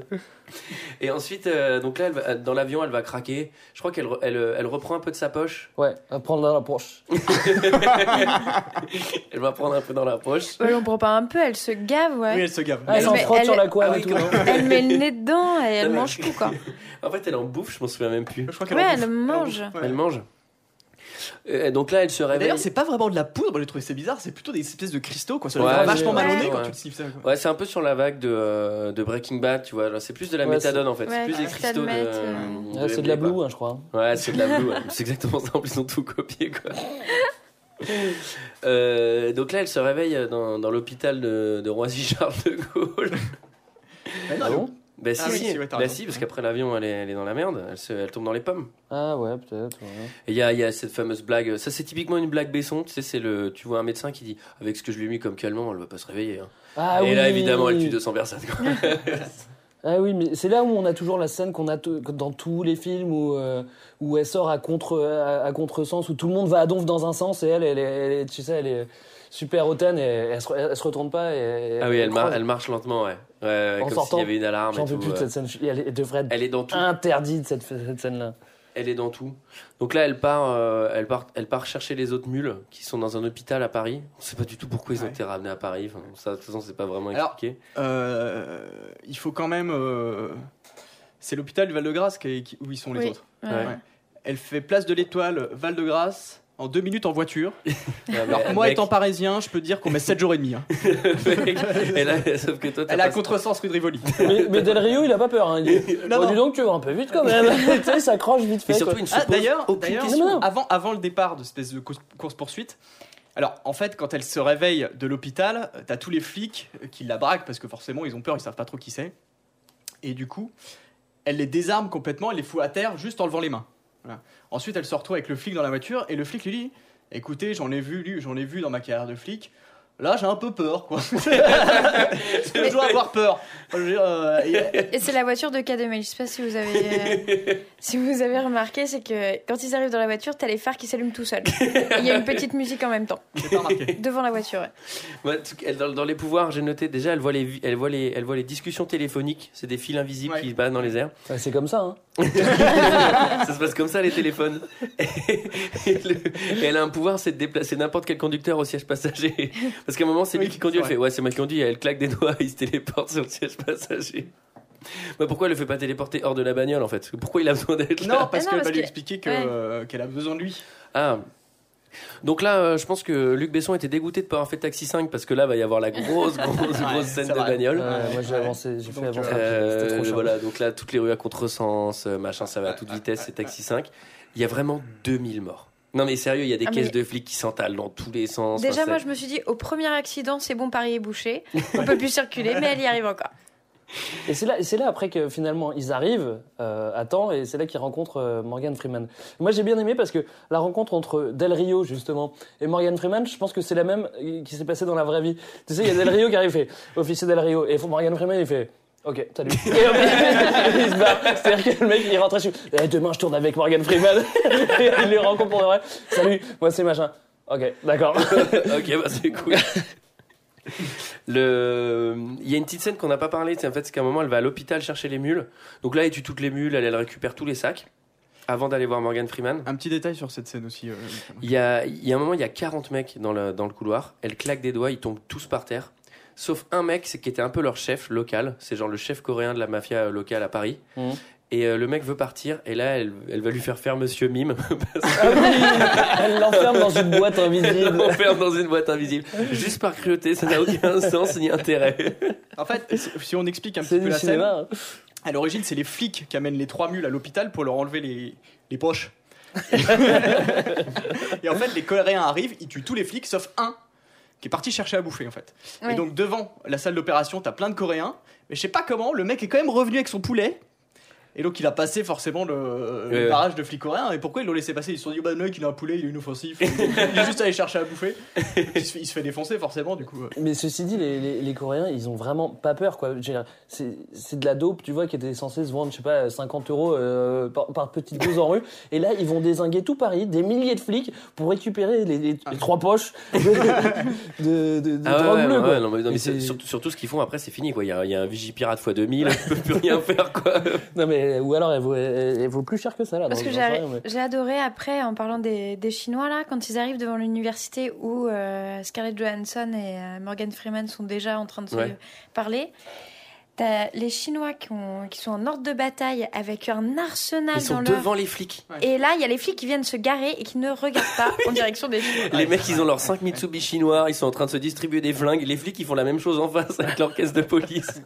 A: Et ensuite, euh, donc là, elle va- dans l'avion, elle va craquer. Je crois qu'elle re- elle, euh, elle reprend un peu de sa poche.
F: Ouais, à prendre dans la poche.
A: Elle va prendre un peu dans la poche.
G: Ouais, on prend pas un peu, elle se gave,
E: Oui,
G: ouais.
E: elle se gave.
F: Ah, elle
G: elle
F: s'en
G: met-
F: frotte
G: elle-
F: sur la couette
A: Ah oui,
F: et tout. hein.
A: quand-
F: non
G: Elle met le nez dedans et
A: Ah,
G: elle
A: mais-
G: mange tout, quoi.
A: En fait, elle en bouffe, je m'en souviens même plus.
E: Je crois qu'elle
G: Ouais,
E: en
G: elle
E: bouffe.
G: mange.
E: Ouais.
A: Elle mange. Et donc là, elle se réveille.
E: D'ailleurs, c'est pas vraiment de la poudre, moi j'ai trouvé c'est bizarre, c'est plutôt des espèces de cristaux quoi. Ça
A: Ouais,
E: doit faire
A: ouais,
E: vachement mal au nez
A: ouais.
E: quand tu le sniffes ça. quoi.
A: Ouais, c'est un peu sur la vague de, euh, de Breaking Bad, tu vois. Genre, C'est plus de la
F: Ouais,
A: méthadone en fait.
G: ouais,
A: c'est plus des
G: du
A: cristaux de. euh,
G: Stalmate,
A: de
F: Ouais, C'est de
A: MD,
F: la
A: quoi.
F: blue, hein, je crois.
A: Ouais, c'est de la blue. ouais. C'est exactement ça. En plus, ils ont tout copié, quoi. Euh, donc là, elle se réveille dans, dans l'hôpital de, de Roissy-Charles de Gaulle.
E: Mais non,
F: Ah bon
A: Bah si,
E: Ah oui,
A: si.
E: si, ouais, t'as
A: Bah
E: raison.
A: si, parce qu'après l'avion, elle est, elle est dans la merde. Elle, se- elle tombe dans les pommes.
F: Ah ouais, peut-être. ouais.
A: Et il y a, il y a cette fameuse blague. Ça, c'est typiquement une blague Besson. Tu sais, c'est le. Tu vois un médecin qui dit Avec ce que je lui ai mis comme calmant, elle va pas se réveiller. hein.
F: Ah
A: Et
F: oui.
A: là, évidemment, elle tue 200 personnes. quoi.
F: Ah oui, mais c'est là où on a toujours la scène qu'on a t- dans tous les films où, euh, où elle sort à contre à, à contresens, où tout le monde va à donf dans un sens et elle, elle, est- elle est- tu sais, elle est super hautaine et elle se, elle se retourne pas. Et,
A: ah oui, elle, mar-
F: marche.
A: elle marche lentement, ouais. Ouais, ouais,
F: En
A: comme s'il
F: sortant,
A: y avait une alarme.
F: J'en
A: et
F: peux
A: tout,
F: plus Ah. de
A: ouais.
F: cette scène. Elle, elle devrait être
A: Elle est dans tout.
F: interdite, cette, cette scène-là.
A: Elle est dans tout. Donc là, elle part, euh, elle part, elle part chercher les autres mules qui sont dans un hôpital à Paris. On sait pas du tout pourquoi ils ont
E: Ouais.
A: été ramenés à Paris. Enfin, ça, de toute façon, c'est pas vraiment
E: Alors-
A: expliqué.
E: Euh, il faut quand même. euh, C'est l'hôpital du Val-de-Grâce qui est- qui- où ils sont les
G: Oui.
E: autres.
G: Ouais.
A: Ouais.
E: Elle fait place de l'Étoile, Val-de-Grâce, en deux minutes en voiture.
A: Ouais, mais,
E: Alors, moi
A: euh, mec,
E: étant parisien, je peux te dire qu'on met 7 jours et demi. hein.
A: mec, elle a- sauf que toi, t'as
E: Elle a
A: pas-
E: contresens rue de Rivoli.
F: mais, mais Del Rio, il a pas peur. Hein. Il dit,
E: Non,
F: Bon,
E: non.
F: dis donc, tu vas un peu vite quand même. tu sais, il s'accroche vite fait.
A: Mais surtout,
F: quoi.
A: il ne se
E: Ah,
A: pose
E: d'ailleurs,
A: aucune
E: d'ailleurs,
A: question.
F: Non, non.
E: avant, avant le départ de cette espèce de course poursuite. Alors, en fait, quand elle se réveille de l'hôpital, euh, t'as tous les flics euh, qui la braquent parce que forcément, ils ont peur, ils savent pas trop qui c'est. Et du coup, elle les désarme complètement, elle les fout à terre juste en levant les mains. Voilà. Ensuite, elle se retrouve avec le flic dans la voiture et le flic lui dit "Écoutez, j'en ai vu, lui, j'en ai vu dans ma carrière de flic. Là, j'ai un peu peur, quoi. Parce que je dois avoir peur. Je veux dire, euh, et-
G: Et c'est la voiture de Cademel. Je sais pas si vous avez, euh, si vous avez remarqué, c'est que quand ils arrivent dans la voiture, t'as les phares qui s'allument tout seuls. Et Il y a une petite musique en même temps,
E: j'ai pas remarqué.
G: devant la voiture. ouais.
A: Ouais, tout- elle- dans, dans les pouvoirs, j'ai noté déjà, elle voit les, vi- elle voit les, elle voit les discussions téléphoniques. C'est des fils invisibles
E: Ouais.
A: qui se battent dans les airs.
F: Ouais, c'est comme ça. Hein.
A: ça se passe comme ça les téléphones. Et, et le- et elle a un pouvoir, c'est de déplacer n'importe quel conducteur au siège passager. Parce qu'à un moment, c'est lui
E: Oui,
A: qui conduit, elle
E: ouais.
A: fait Ouais, c'est moi qui conduis, elle claque des doigts, il se téléporte sur le siège passager. Bah, pourquoi elle le fait pas téléporter hors de la bagnole en fait Pourquoi il a besoin d'être là
E: Ah Non, parce
G: non,
E: qu'elle
G: parce
E: va lui
G: que-
E: expliquer que,
G: ouais.
E: euh, qu'elle a besoin de lui.
A: Ah. Donc là, euh, je pense que Luc Besson était dégoûté de pas avoir fait Taxi 5 parce que là, va y avoir la grosse, grosse,
E: Ouais,
A: grosse scène
E: c'est
A: de
E: vrai. Ah,
A: bagnole.
F: Ouais, Euh, moi, j'ai
E: ouais.
F: avancé, j'ai fait
E: Donc,
F: avancer.
A: Euh,
F: rapide, C'était trop cher.
A: voilà, donc là, toutes les rues à contresens, euh, machin, ça va à toute vitesse, c'est Taxi 5. Il y a vraiment 2000 morts. Non, mais sérieux, il y a des
G: Ah, mais-
A: caisses de flics qui s'entalent dans tous les sens.
G: Déjà,
A: Enfin,
G: moi,
A: c'est-
G: je me suis dit, au premier accident, c'est bon, Paris est bouché. On peut plus circuler, mais elle y arrive encore.
F: Et c'est là, et c'est là après que finalement ils arrivent euh, à temps et c'est là qu'ils rencontrent euh, Morgan Freeman. Moi j'ai bien aimé parce que la rencontre entre Del Rio justement et Morgan Freeman, je pense que c'est la même euh, qui s'est passée dans la vraie vie. Tu sais, il y a Del Rio qui arrive et fait officier Del Rio et Morgan Freeman il fait Ok, salut. Et hop, il se barre. C'est-à-dire que le mec, il rentrait chez Eh, Demain, je tourne avec Morgan Freeman. Et il les rencontre pour de vrai. Salut, moi, c'est machin. Ok, d'accord.
A: ok, bah c'est cool. Le... Il y a une petite scène qu'on n'a pas parlé, c'est en fait c'est qu'à un moment elle va à l'hôpital chercher les mules. Donc là elle tue toutes les mules, elle, elle récupère tous les sacs avant d'aller voir Morgan Freeman.
E: Un petit détail sur cette scène aussi. euh,
A: Il y a, il y a un moment il y a 40 mecs dans le, dans le couloir, elle claque des doigts, ils tombent tous par terre. Sauf un mec c'est qui était un peu leur chef local, c'est genre le chef coréen de la mafia euh, locale à Paris.
F: Mhm.
A: Et euh, le mec veut partir et là elle, elle va lui faire faire Monsieur Mime
F: Ah oui, elle l'enferme dans une boîte invisible.
A: enferme dans une boîte invisible. Juste par cruauté, ça n'a aucun sens ni intérêt.
E: En fait, si- si on explique un petit
F: C'est
E: peu
F: du
E: la scène,
F: cinéma. hein.
E: à l'origine, c'est les flics qui amènent les trois mules à l'hôpital pour leur enlever les, les poches. et en fait, les Coréens arrivent, ils tuent tous les flics sauf un qui est parti chercher à bouffer en fait.
G: Ouais.
E: Et donc devant la salle d'opération, t'as plein de Coréens, mais je sais pas comment, le mec est quand même revenu avec son poulet. Et donc il a passé forcément le, le
A: Ouais.
E: barrage de flics coréens. Et pourquoi ils l'ont laissé passer Ils se sont dit, bah le mec il a un poulet, il est inoffensif, il est juste allé chercher à bouffer. Il se fait, il se fait défoncer forcément du coup. euh.
F: Mais ceci dit, les, les- les Coréens, ils ont vraiment pas peur, quoi. Je veux dire, C'est c'est de la dope, tu vois, qui était censée se vendre, je sais pas, 50 euros euh, par, par petite dose en rue. Et là, ils vont désinguer tout Paris, des milliers de flics, pour récupérer les, les- les trois poches de, de, de- de
A: Ah
F: drogue bleue, quoi.
A: non, mais, non, mais
F: Et
A: c'est-
F: c'est-
A: surtout, surtout ce qu'ils font après, c'est fini quoi. Il y a, il y a un Vigipirate x 2000, on peut plus rien faire quoi.
G: Ah,
F: Non, mais, ou alors, elle vaut, elle- elle vaut plus cher que ça, là.
G: Parce
F: dans-
G: que
F: dans
G: j'ai
F: ça, mais-
G: j'ai adoré après en parlant des, des Chinois là, quand ils arrivent devant l'université où euh, Scarlett Johansson et euh, Morgan Freeman sont déjà en train de se
A: Ouais.
G: parler. T'as les Chinois qui, ont, qui sont en ordre de bataille avec un arsenal
A: Ils sont
G: dans leur...
A: devant les flics.
G: Et là, il y a les flics qui viennent se garer et qui ne regardent pas en direction des Chinois.
A: Les mecs, ils ont leurs 5 Mitsubishi noirs, ils sont en train de se distribuer des flingues. Les flics, ils font la même chose en face avec leur caisse de police.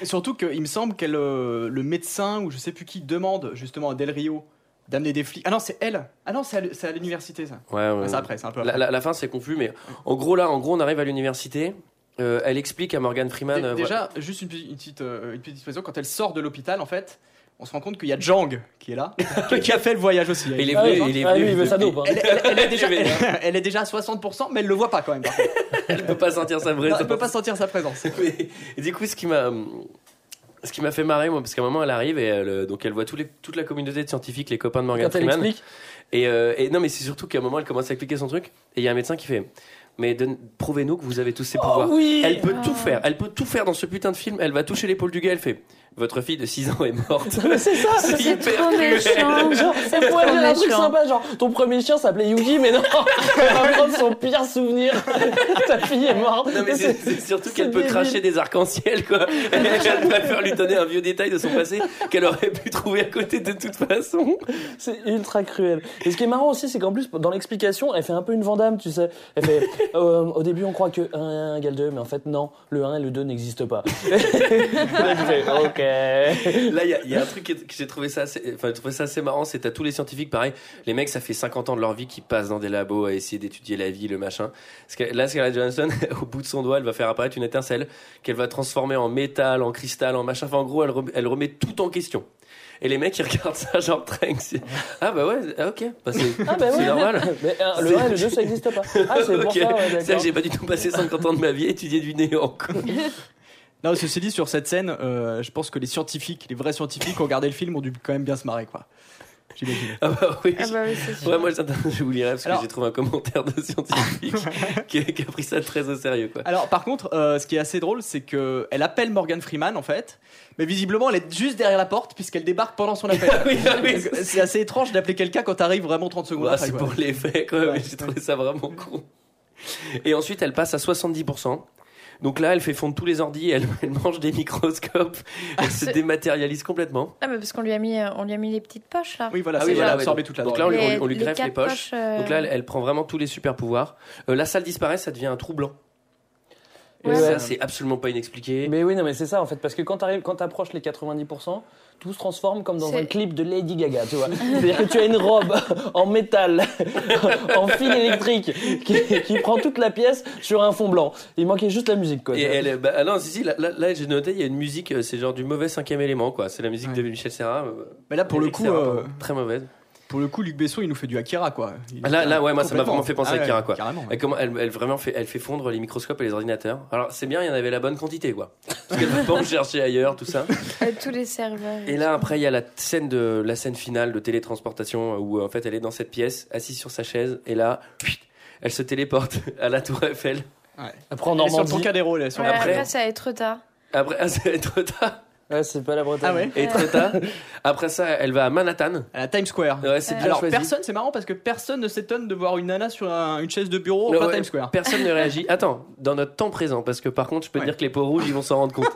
E: Et Surtout qu'il me semble que le médecin ou je sais plus qui demande justement à Del Rio d'amener des flics. Ah non, c'est elle. Ah non, c'est à l'u- c'est à l'université ça.
A: Ouais, ouais.
E: Ah, c'est après, c'est un peu après.
A: La, la- la fin, c'est confus, mais en gros, là, en gros, on arrive à l'université. Euh, elle explique à Morgan Freeman.
E: Dé-
A: euh, voilà.
E: Déjà, juste une, petite- une petite, euh, une petite expression, quand elle sort de l'hôpital en fait, on se rend compte qu'il y a Jang qui est là, qui- qui a fait le voyage aussi.
A: Il est
F: Ah
A: venu,
F: oui,
A: il est
F: ah
A: venu
F: oui, il veut sa
A: depuis-
F: dope. hein.
E: Elle, elle- elle est déjà,
A: Il est
E: elle est déjà à 60%, mais elle le voit pas quand même. par contre.
A: Elle peut pas sentir sa vraie
E: Non, elle peut pas sentir sa présence.
A: Mais- et du coup, ce qui m'a ce qui m'a fait marrer, moi, parce qu'à un moment, elle arrive et elle, euh, donc elle voit tous les- toute la communauté de scientifiques, les copains de Morgan
F: Quand elle
A: Freeman.
F: explique,
A: Et, euh, et non, mais c'est surtout qu'à un moment, elle commence à expliquer son truc et il y a un médecin qui fait Mais donne- prouvez-nous que vous avez tous ces pouvoirs.
F: oui
A: Elle peut
G: Ah.
A: tout faire, elle peut tout faire dans ce putain de film. Elle va toucher l'épaule du gars, elle fait Votre fille de 6 ans est morte.
F: Mais c'est ça
A: C'est
G: C'est
A: hyper
G: trop
A: cruel.
G: méchant.
F: Genre,
G: C'est
F: moi
G: trop
F: j'ai un truc
G: méchant.
F: sympa, genre ton premier chien s'appelait Yugi, mais non, elle va prendre son pire souvenir. Ta fille est morte.
A: Non, mais c'est
F: C'est-
A: c'est surtout
F: c'est
A: qu'elle peut
F: débile.
A: cracher des arcs-en-ciel, quoi. Elle préfère lui donner un vieux détail de son passé qu'elle aurait pu trouver à côté de toute façon.
F: C'est ultra cruel. Et ce qui est marrant aussi, c'est qu'en plus, dans l'explication, elle fait un peu une vandame, tu sais. Elle fait euh, au début, on croit que 1 1 égale 2, mais en fait, non, le 1 et le 2 n'existent pas. Là, je fais, ok.
A: Là, il y a- il y, a un truc qui est- que j'ai trouvé ça assez, enfin, j'ai trouvé ça assez marrant, c'est à tous les scientifiques, pareil, les mecs, ça fait 50 ans de leur vie qu'ils passent dans des labos à essayer d'étudier la vie, le machin. Parce que là, Scarlett Johansson, au bout de son doigt, elle va faire apparaître une étincelle qu'elle va transformer en métal, en cristal, en machin. Enfin, en gros, elle remet, elle remet tout en question. Et les mecs, ils regardent ça, genre, tranks. Ah, bah ouais, ah, ok, bah, c'est
F: Ah, ben
A: c'est
F: ouais.
A: normal.
F: Mais euh, le 1 et le 2, ça n'existe pas. Ah, c'est pour
A: Ok.
F: ça, ouais,
A: C'est vrai que
F: d'accord.
A: j'ai pas du tout passé 50 ans de ma vie à étudier du néant. quoi.
E: Non, ceci dit, sur cette scène, euh, je pense que les scientifiques, les vrais scientifiques qui ont regardé le film ont dû quand même bien se marrer quoi. J'imagine.
A: Ah bah oui.
G: Ah bah oui, c'est sûr.
A: Ouais, moi, j'attends, je vous lirai parce que
E: Alors-
A: j'ai trouvé un commentaire de scientifique qui, qui a pris ça très au sérieux, quoi.
E: Alors par contre, euh, ce qui est assez drôle, c'est que elle appelle Morgan Freeman en fait, mais visiblement elle est juste derrière la porte puisqu'elle débarque pendant son appel.
A: Ah oui, ah oui.
E: Parce que c'est assez étrange d'appeler quelqu'un quand t'arrives vraiment 30 secondes
A: Bah,
E: après.
A: c'est
E: quoi.
A: pour les faits, quoi, mais
E: Ouais.
A: j'ai trouvé ça vraiment con. Et ensuite, elle passe à 70%. Donc là, elle fait fondre tous les ordis, elle, elle mange des microscopes, elle se
G: c'est-
A: dématérialise complètement.
G: Ah, mais parce qu'on lui a mis, euh, on lui a mis les petites poches là.
E: Oui voilà,
A: Ah
E: c'est
A: oui,
E: déjà
A: voilà,
E: absorbé
A: ouais,
E: toute la
A: donc
E: drogue.
A: là, on lui,
G: Les-
A: on lui greffe
G: quatre
A: les poches.
G: euh,
A: Donc là, elle, elle prend vraiment tous les super pouvoirs. Euh, la salle disparaît, ça devient un trou blanc. Et
F: Ouais.
A: ça, c'est absolument pas inexpliqué.
F: Mais oui, non, mais c'est ça en fait, parce que quand t'arrives, quand t'approches les 90%, tout se transforme comme dans
G: C'est-
F: un clip de Lady Gaga, tu vois. C'est-à-dire que tu as une robe en métal, en fil électrique, qui, qui prend toute la pièce sur un fond blanc. Il manquait juste la musique, quoi.
A: Et elle, est- bah, ah non, si, si, là, là- là, j'ai noté, il y a une musique, euh, c'est genre du mauvais cinquième élément, quoi. C'est la musique
E: Ouais.
A: de Michel Serra. euh,
E: Mais là pour le
A: Eric
E: coup,
A: Serra,
E: euh,
A: pardon. très mauvaise.
E: Pour le coup, Luc Besson, il nous fait du Akira, quoi. Il-
A: Ah, là- là, ouais, moi, ça m'a
E: Complètement. Ah
A: vraiment fait penser à
E: ouais,
A: Akira, quoi.
E: Carrément. ouais.
A: Elle, comment- elle- elle vraiment fait, elle fait fondre les microscopes et les ordinateurs. Alors c'est bien, il y en avait la bonne quantité quoi. Parce qu'elle peut pas en chercher ailleurs, tout ça.
G: Euh, tous les serveurs.
A: Et là après il y a la scène de la scène finale de télétransportation euh, où en fait elle est dans cette pièce assise sur sa chaise et là chuit, elle se téléporte à la Tour Eiffel.
F: Après, en
E: Elle est sur le
F: Normandie.
E: Trocadéro, là. Sur
G: Ouais,
E: la-
A: après-
G: après... ça va être trop tard.
A: Après ah, c'est trop tard.
F: Ouais, c'est pas la Bretagne.
E: Ah ouais
A: Et trop tard. Après ça elle va à Manhattan.
E: À la Times Square.
A: Ouais, c'est bien
E: Euh, Alors
A: choisi.
E: personne, c'est marrant parce que personne ne s'étonne de voir une nana sur un- une chaise de bureau
A: Ouais,
E: en plein
A: ouais,
E: Times Square.
A: Personne ne réagit. Attends, dans notre temps présent, parce que par contre, je peux te
E: Ouais.
A: dire que les peaux rouges, ils vont s'en rendre compte.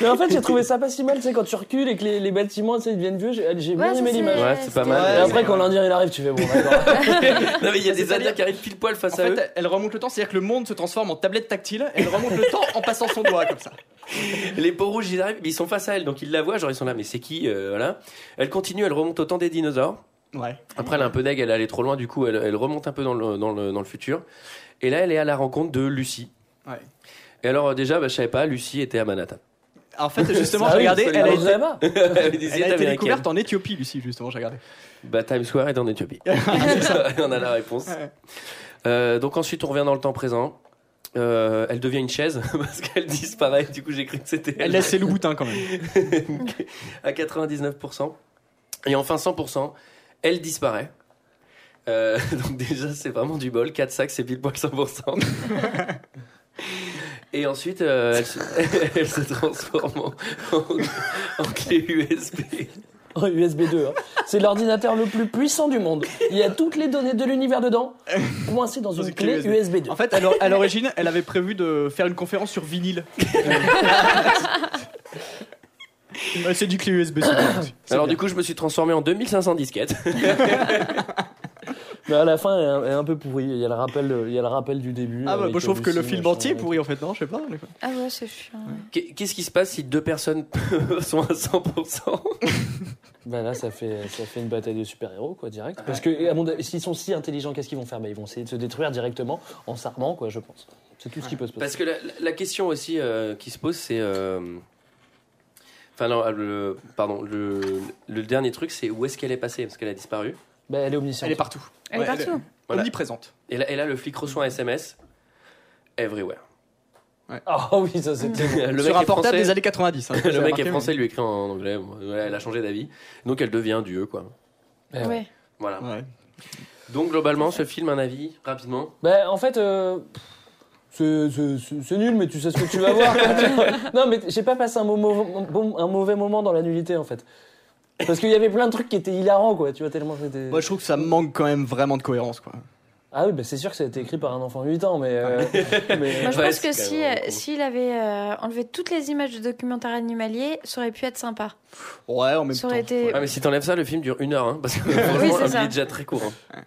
F: Mais en fait, j'ai trouvé ça pas si mal, tu sais, quand tu recules et que les, les bâtiments, tu sais, ils deviennent vieux. J'ai j'ai
G: Ouais,
F: bien
G: ça,
F: aimé
G: c'est-
F: l'image.
A: Ouais, c'est pas
G: c'était-
A: mal.
F: Et
E: Ouais,
F: après,
E: ouais.
F: quand l'Indien il arrive, tu fais bon, d'accord.
A: non, mais il y a des
E: C'est-à-dire-
A: Indiens qui arrivent pile poil face
E: En
A: à
E: fait,
A: eux.
E: elle- elle remonte le temps, c'est-à-dire que le monde se transforme en tablette tactile. Elle remonte le temps en passant son doigt comme ça.
A: Les peaux rouges, ils arrivent, mais ils sont face à elle, donc ils la voient, genre ils sont là, mais c'est qui euh, Voilà. Elle continue, elle remonte au temps des dinosaures.
E: Ouais.
A: Après, elle est un peu deg, elle est allée trop loin, du coup, elle, elle remonte un peu dans le, dans, le, dans le futur. Et là, elle est à la rencontre de Lucie.
E: Ouais.
A: Et alors, euh, déjà, bah, je savais pas, Lucie était à Manhattan.
E: En fait, justement,
F: Ah
E: j'ai
F: oui,
E: regardé,
F: ça,
E: elle a
F: alors, je
E: été,
F: savais pas.
A: Elle avait des
E: elle a
A: idées
E: été
A: américaines.
E: découverte en Éthiopie, Lucie, justement, j'ai regardé.
A: Bah, Times Square est en Éthiopie. on a la réponse.
E: Ouais.
A: Euh, donc ensuite, on revient dans le temps présent. Euh, elle devient une chaise parce qu'elle disparaît. Du coup, j'ai cru que c'était
E: Elle
A: elle.
E: laisse ses loups boutins quand même.
A: à 99%. Et enfin, 100%, elle disparaît. Euh, donc déjà, c'est vraiment du bol. 4 sacs, c'est pile poil 100%. Et ensuite, euh, elle, se, elle se transforme en, en- en clé USB.
F: Oh, USB 2, hein. c'est l'ordinateur le plus puissant du monde. Il y a toutes les données de l'univers dedans, coincées dans une clé USB 2.
E: En fait, à l'or- à l'origine, elle avait prévu de faire une conférence sur vinyle. Ouais, c'est du clé USB. c'est bien. Ah, C'est
A: Alors
E: bien.
A: du coup, je me suis transformé en 2500 disquettes.
F: Mais à la fin, elle est un- elle est un peu pourrie. Il y a le rappel, euh, il y a le rappel du début.
E: ah bah,
F: avec,
E: moi, je
F: euh,
E: trouve que le
F: Lucie,
E: film
F: machin,
E: entier est
F: et
E: pourri en fait, non Je sais pas. mais quoi.
G: Ah ouais, c'est chiant. ouais.
A: Qu'est- Qu'est-ce qui se passe si deux personnes sont à 100%
F: tout. Bah là, ça fait, ça fait une bataille de super-héros, quoi, direct. Parce que, à mon avis, s'ils sont si intelligents, qu'est-ce qu'ils vont faire bah, Ils vont essayer de se détruire directement en s'armant, quoi, je pense. C'est tout ce qui peut se passer.
A: Parce que la, la question aussi euh, qui se pose, c'est. euh, Enfin, non, le, pardon, le, le dernier truc, c'est où est-ce qu'elle est passée Parce qu'elle a disparu.
F: Bah, elle est omnisciente.
E: Elle est partout.
G: Elle
E: Ouais,
G: est partout.
A: Voilà.
E: Omniprésente.
A: Et là, et là, le flic reçoit un SMS. Everywhere.
F: Ah oui, ça c'était.
A: Le mec,
E: Sur un
A: est
E: portable
A: français,
E: des années 90. hein, j'ai
A: le mec
E: remarqué,
A: est
E: mais-
A: français, il lui écrit en anglais. Bon, ouais, Elle a changé d'avis. Donc elle devient Dieu, quoi.
F: Ouais.
G: Ouais.
A: Voilà.
E: Ouais.
A: Donc globalement, ce film, un avis, rapidement.
F: Bah, en fait, euh, c'est- c'est c'est- c'est nul, mais tu sais ce que tu vas voir. quoi, tu vois. non, mais j'ai pas passé un, mo- mo- bon- un mauvais moment dans la nullité, en fait. Parce qu'il y avait plein de trucs qui étaient hilarants, quoi. Tu vois, tellement c'était.
E: Moi, je trouve que ça manque quand même vraiment de cohérence, quoi.
F: Ah oui, bah, c'est sûr que ça a été écrit par un enfant de 8 ans, mais. euh, mais-
G: Moi, je
A: Ouais,
G: pense
A: c'est
G: que
A: quand
G: si
A: même
G: euh, s'il avait euh, enlevé toutes les images de documentaires animaliers, ça aurait pu être sympa.
E: Ouais, en même
G: Ça
E: temps.
G: aurait été-
A: Ah, mais si t'enlèves ça, le film dure une heure. hein, parce que franchement,
G: c'est
A: un
G: ça.
A: film est déjà très court. hein.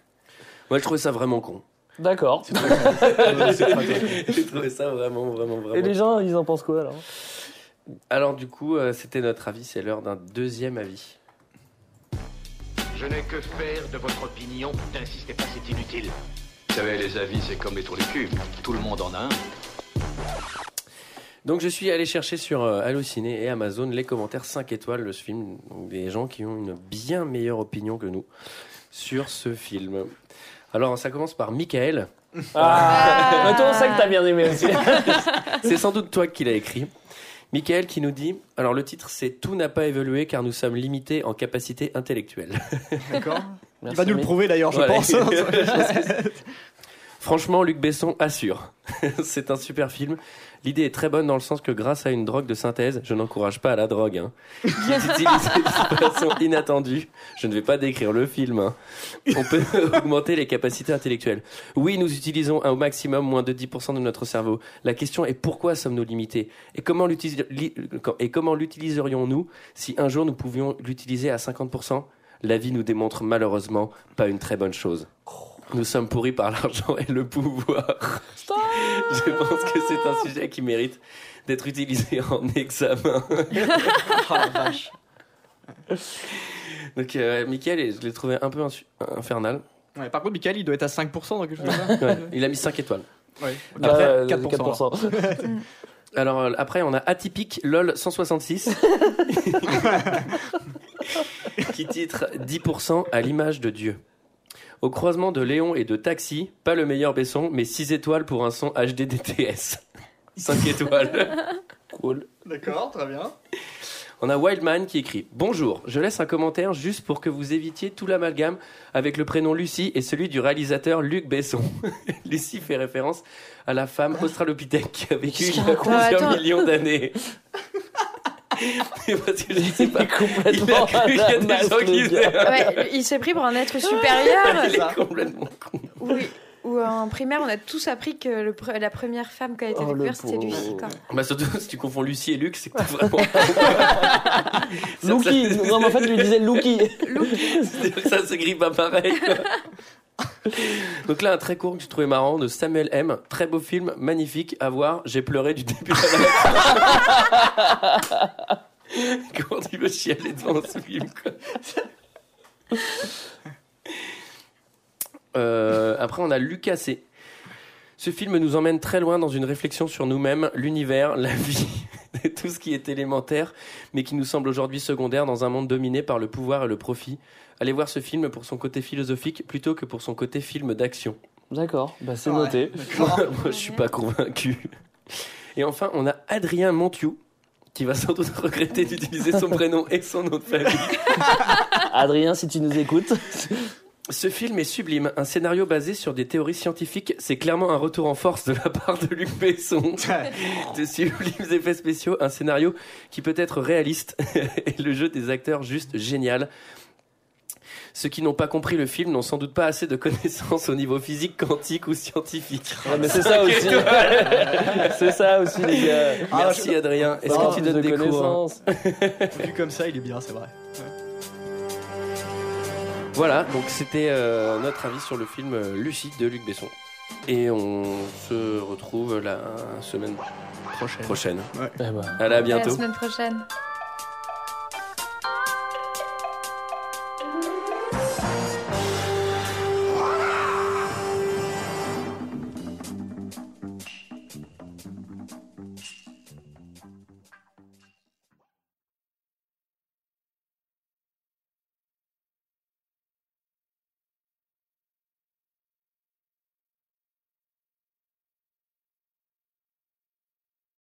A: Moi, je trouvais ça vraiment con.
F: D'accord.
A: J'ai trouvé ça vraiment, vraiment, vraiment
F: Et les gens, ils en pensent quoi alors
A: Alors du coup, euh, c'était notre avis, c'est l'heure d'un deuxième avis.
B: Je n'ai que faire de votre opinion. N'insistez pas, c'est inutile.
D: Vous savez, les avis, c'est comme les tours du cul. Tout le monde en a un.
A: Donc je suis allé chercher sur euh, Allociné et Amazon les commentaires 5 étoiles de ce film, donc des gens qui ont une bien meilleure opinion que nous sur ce film. Alors ça commence par Michael,
F: Ah Mais toi, on sait que t'as bien aimé aussi.
A: c'est sans doute toi qui l'as écrit. Michael qui nous dit, alors le titre c'est Tout n'a pas évolué car nous sommes limités en capacité intellectuelle.
E: D'accord. Il
F: Merci,
E: va nous le
F: mais-
E: prouver d'ailleurs, je
A: Voilà.
E: pense.
F: Ah,
E: hein.
A: Franchement, Luc Besson assure. c'est un super film. L'idée est très bonne dans le sens que grâce à une drogue de synthèse, je n'encourage pas à la drogue, hein, qui est utilisée de façon inattendue. Je ne vais pas décrire le film. hein. On peut augmenter les capacités intellectuelles. Oui, nous utilisons au maximum moins de 10% de notre cerveau. La question est pourquoi sommes-nous limités Et comment l'utilis- li- et comment l'utiliserions-nous si un jour nous pouvions l'utiliser à 50% La vie nous démontre malheureusement pas une très bonne chose. Nous sommes pourris par l'argent et le pouvoir. Je pense que c'est un sujet qui mérite d'être utilisé en examen.
E: Oh,
A: Donc, euh, Michael, je l'ai trouvé un peu insu- infernal.
E: Ouais, par contre, Michael, il doit être à 5% dans quelque chose comme ça.
A: Ouais, il a mis 5 étoiles.
E: Ouais.
F: Bah,
E: Après,
F: euh,
E: 4%.
A: hein.
F: 4%.
A: Alors, euh, après, on a Atypique LOL 166 qui titre 10% à l'image de Dieu. Au croisement de Léon et de Taxi, pas le meilleur Besson, mais 6 étoiles pour un son HD DTS. 5 étoiles. Cool.
E: D'accord, très bien.
A: On a Wildman qui écrit Bonjour, je laisse un commentaire juste pour que vous évitiez tout l'amalgame avec le prénom Lucie et celui du réalisateur Luc Besson. Lucie fait référence à la femme australopithèque qui a vécu il y a plusieurs
G: Attends.
A: millions d'années. Mais parce que je sais pas. Il a
F: complètement
A: cru qu'il y a des
F: à la
A: gens
F: masse,
A: qui
F: le gars.
A: étaient-
G: Ouais, il s'est pris pour un être supérieur.
A: Il est complètement con.
G: Oui. Ou en primaire, on a tous appris que le pre- la première femme qui a été
F: Oh, le
G: découverte, c'était hein. lui.
F: pauvre.
G: quoi.
A: Bah surtout si tu confonds Lucie et Luc, c'est que t'es vraiment. Ça-
F: Lookie.
A: ça-
F: Non, mais en fait, je lui disais Lookie.
A: C'est-à-dire que ça se grille pas pareil. quoi. Donc là, un très court que j'ai trouvé marrant de Samuel M. Très beau film, magnifique à voir. J'ai pleuré du début à la fin. Comment tu veux chialer devant ce film quoi Euh, Après, on a Lucas C. Ce film nous emmène très loin dans une réflexion sur nous-mêmes, l'univers, la vie, tout ce qui est élémentaire, mais qui nous semble aujourd'hui secondaire dans un monde dominé par le pouvoir et le profit. Allez voir ce film pour son côté philosophique plutôt que pour son côté film d'action.
F: D'accord, bah c'est
E: Ouais.
F: noté.
E: D'accord.
A: Moi, je suis pas convaincu. Et enfin, on a Adrien Montiou, qui va sans doute regretter d'utiliser son prénom et son nom de famille.
F: Adrien, si tu nous écoutes.
A: Ce film est sublime. Un scénario basé sur des théories scientifiques, c'est clairement un retour en force de la part de Luc Besson. de sublimes effets spéciaux, un scénario qui peut être réaliste et le jeu des acteurs juste génial. Ceux qui n'ont pas compris le film n'ont sans doute pas assez de connaissances au niveau physique, quantique ou scientifique.
F: Ouais, mais c'est ça aussi. c'est ça aussi, les gars.
A: Merci Adrien. Est-ce
F: Ah,
A: que tu
F: plus
A: donnes
F: de
A: des cours hein
F: connaissances.
E: Vu comme ça, il est bien, c'est vrai.
A: Voilà, donc c'était euh, notre avis sur le film euh, Lucie de Luc Besson. Et on se retrouve la semaine prochaine.
F: Eh
A: Allez,
F: ben.
A: à
G: À la
A: bientôt.
G: semaine prochaine.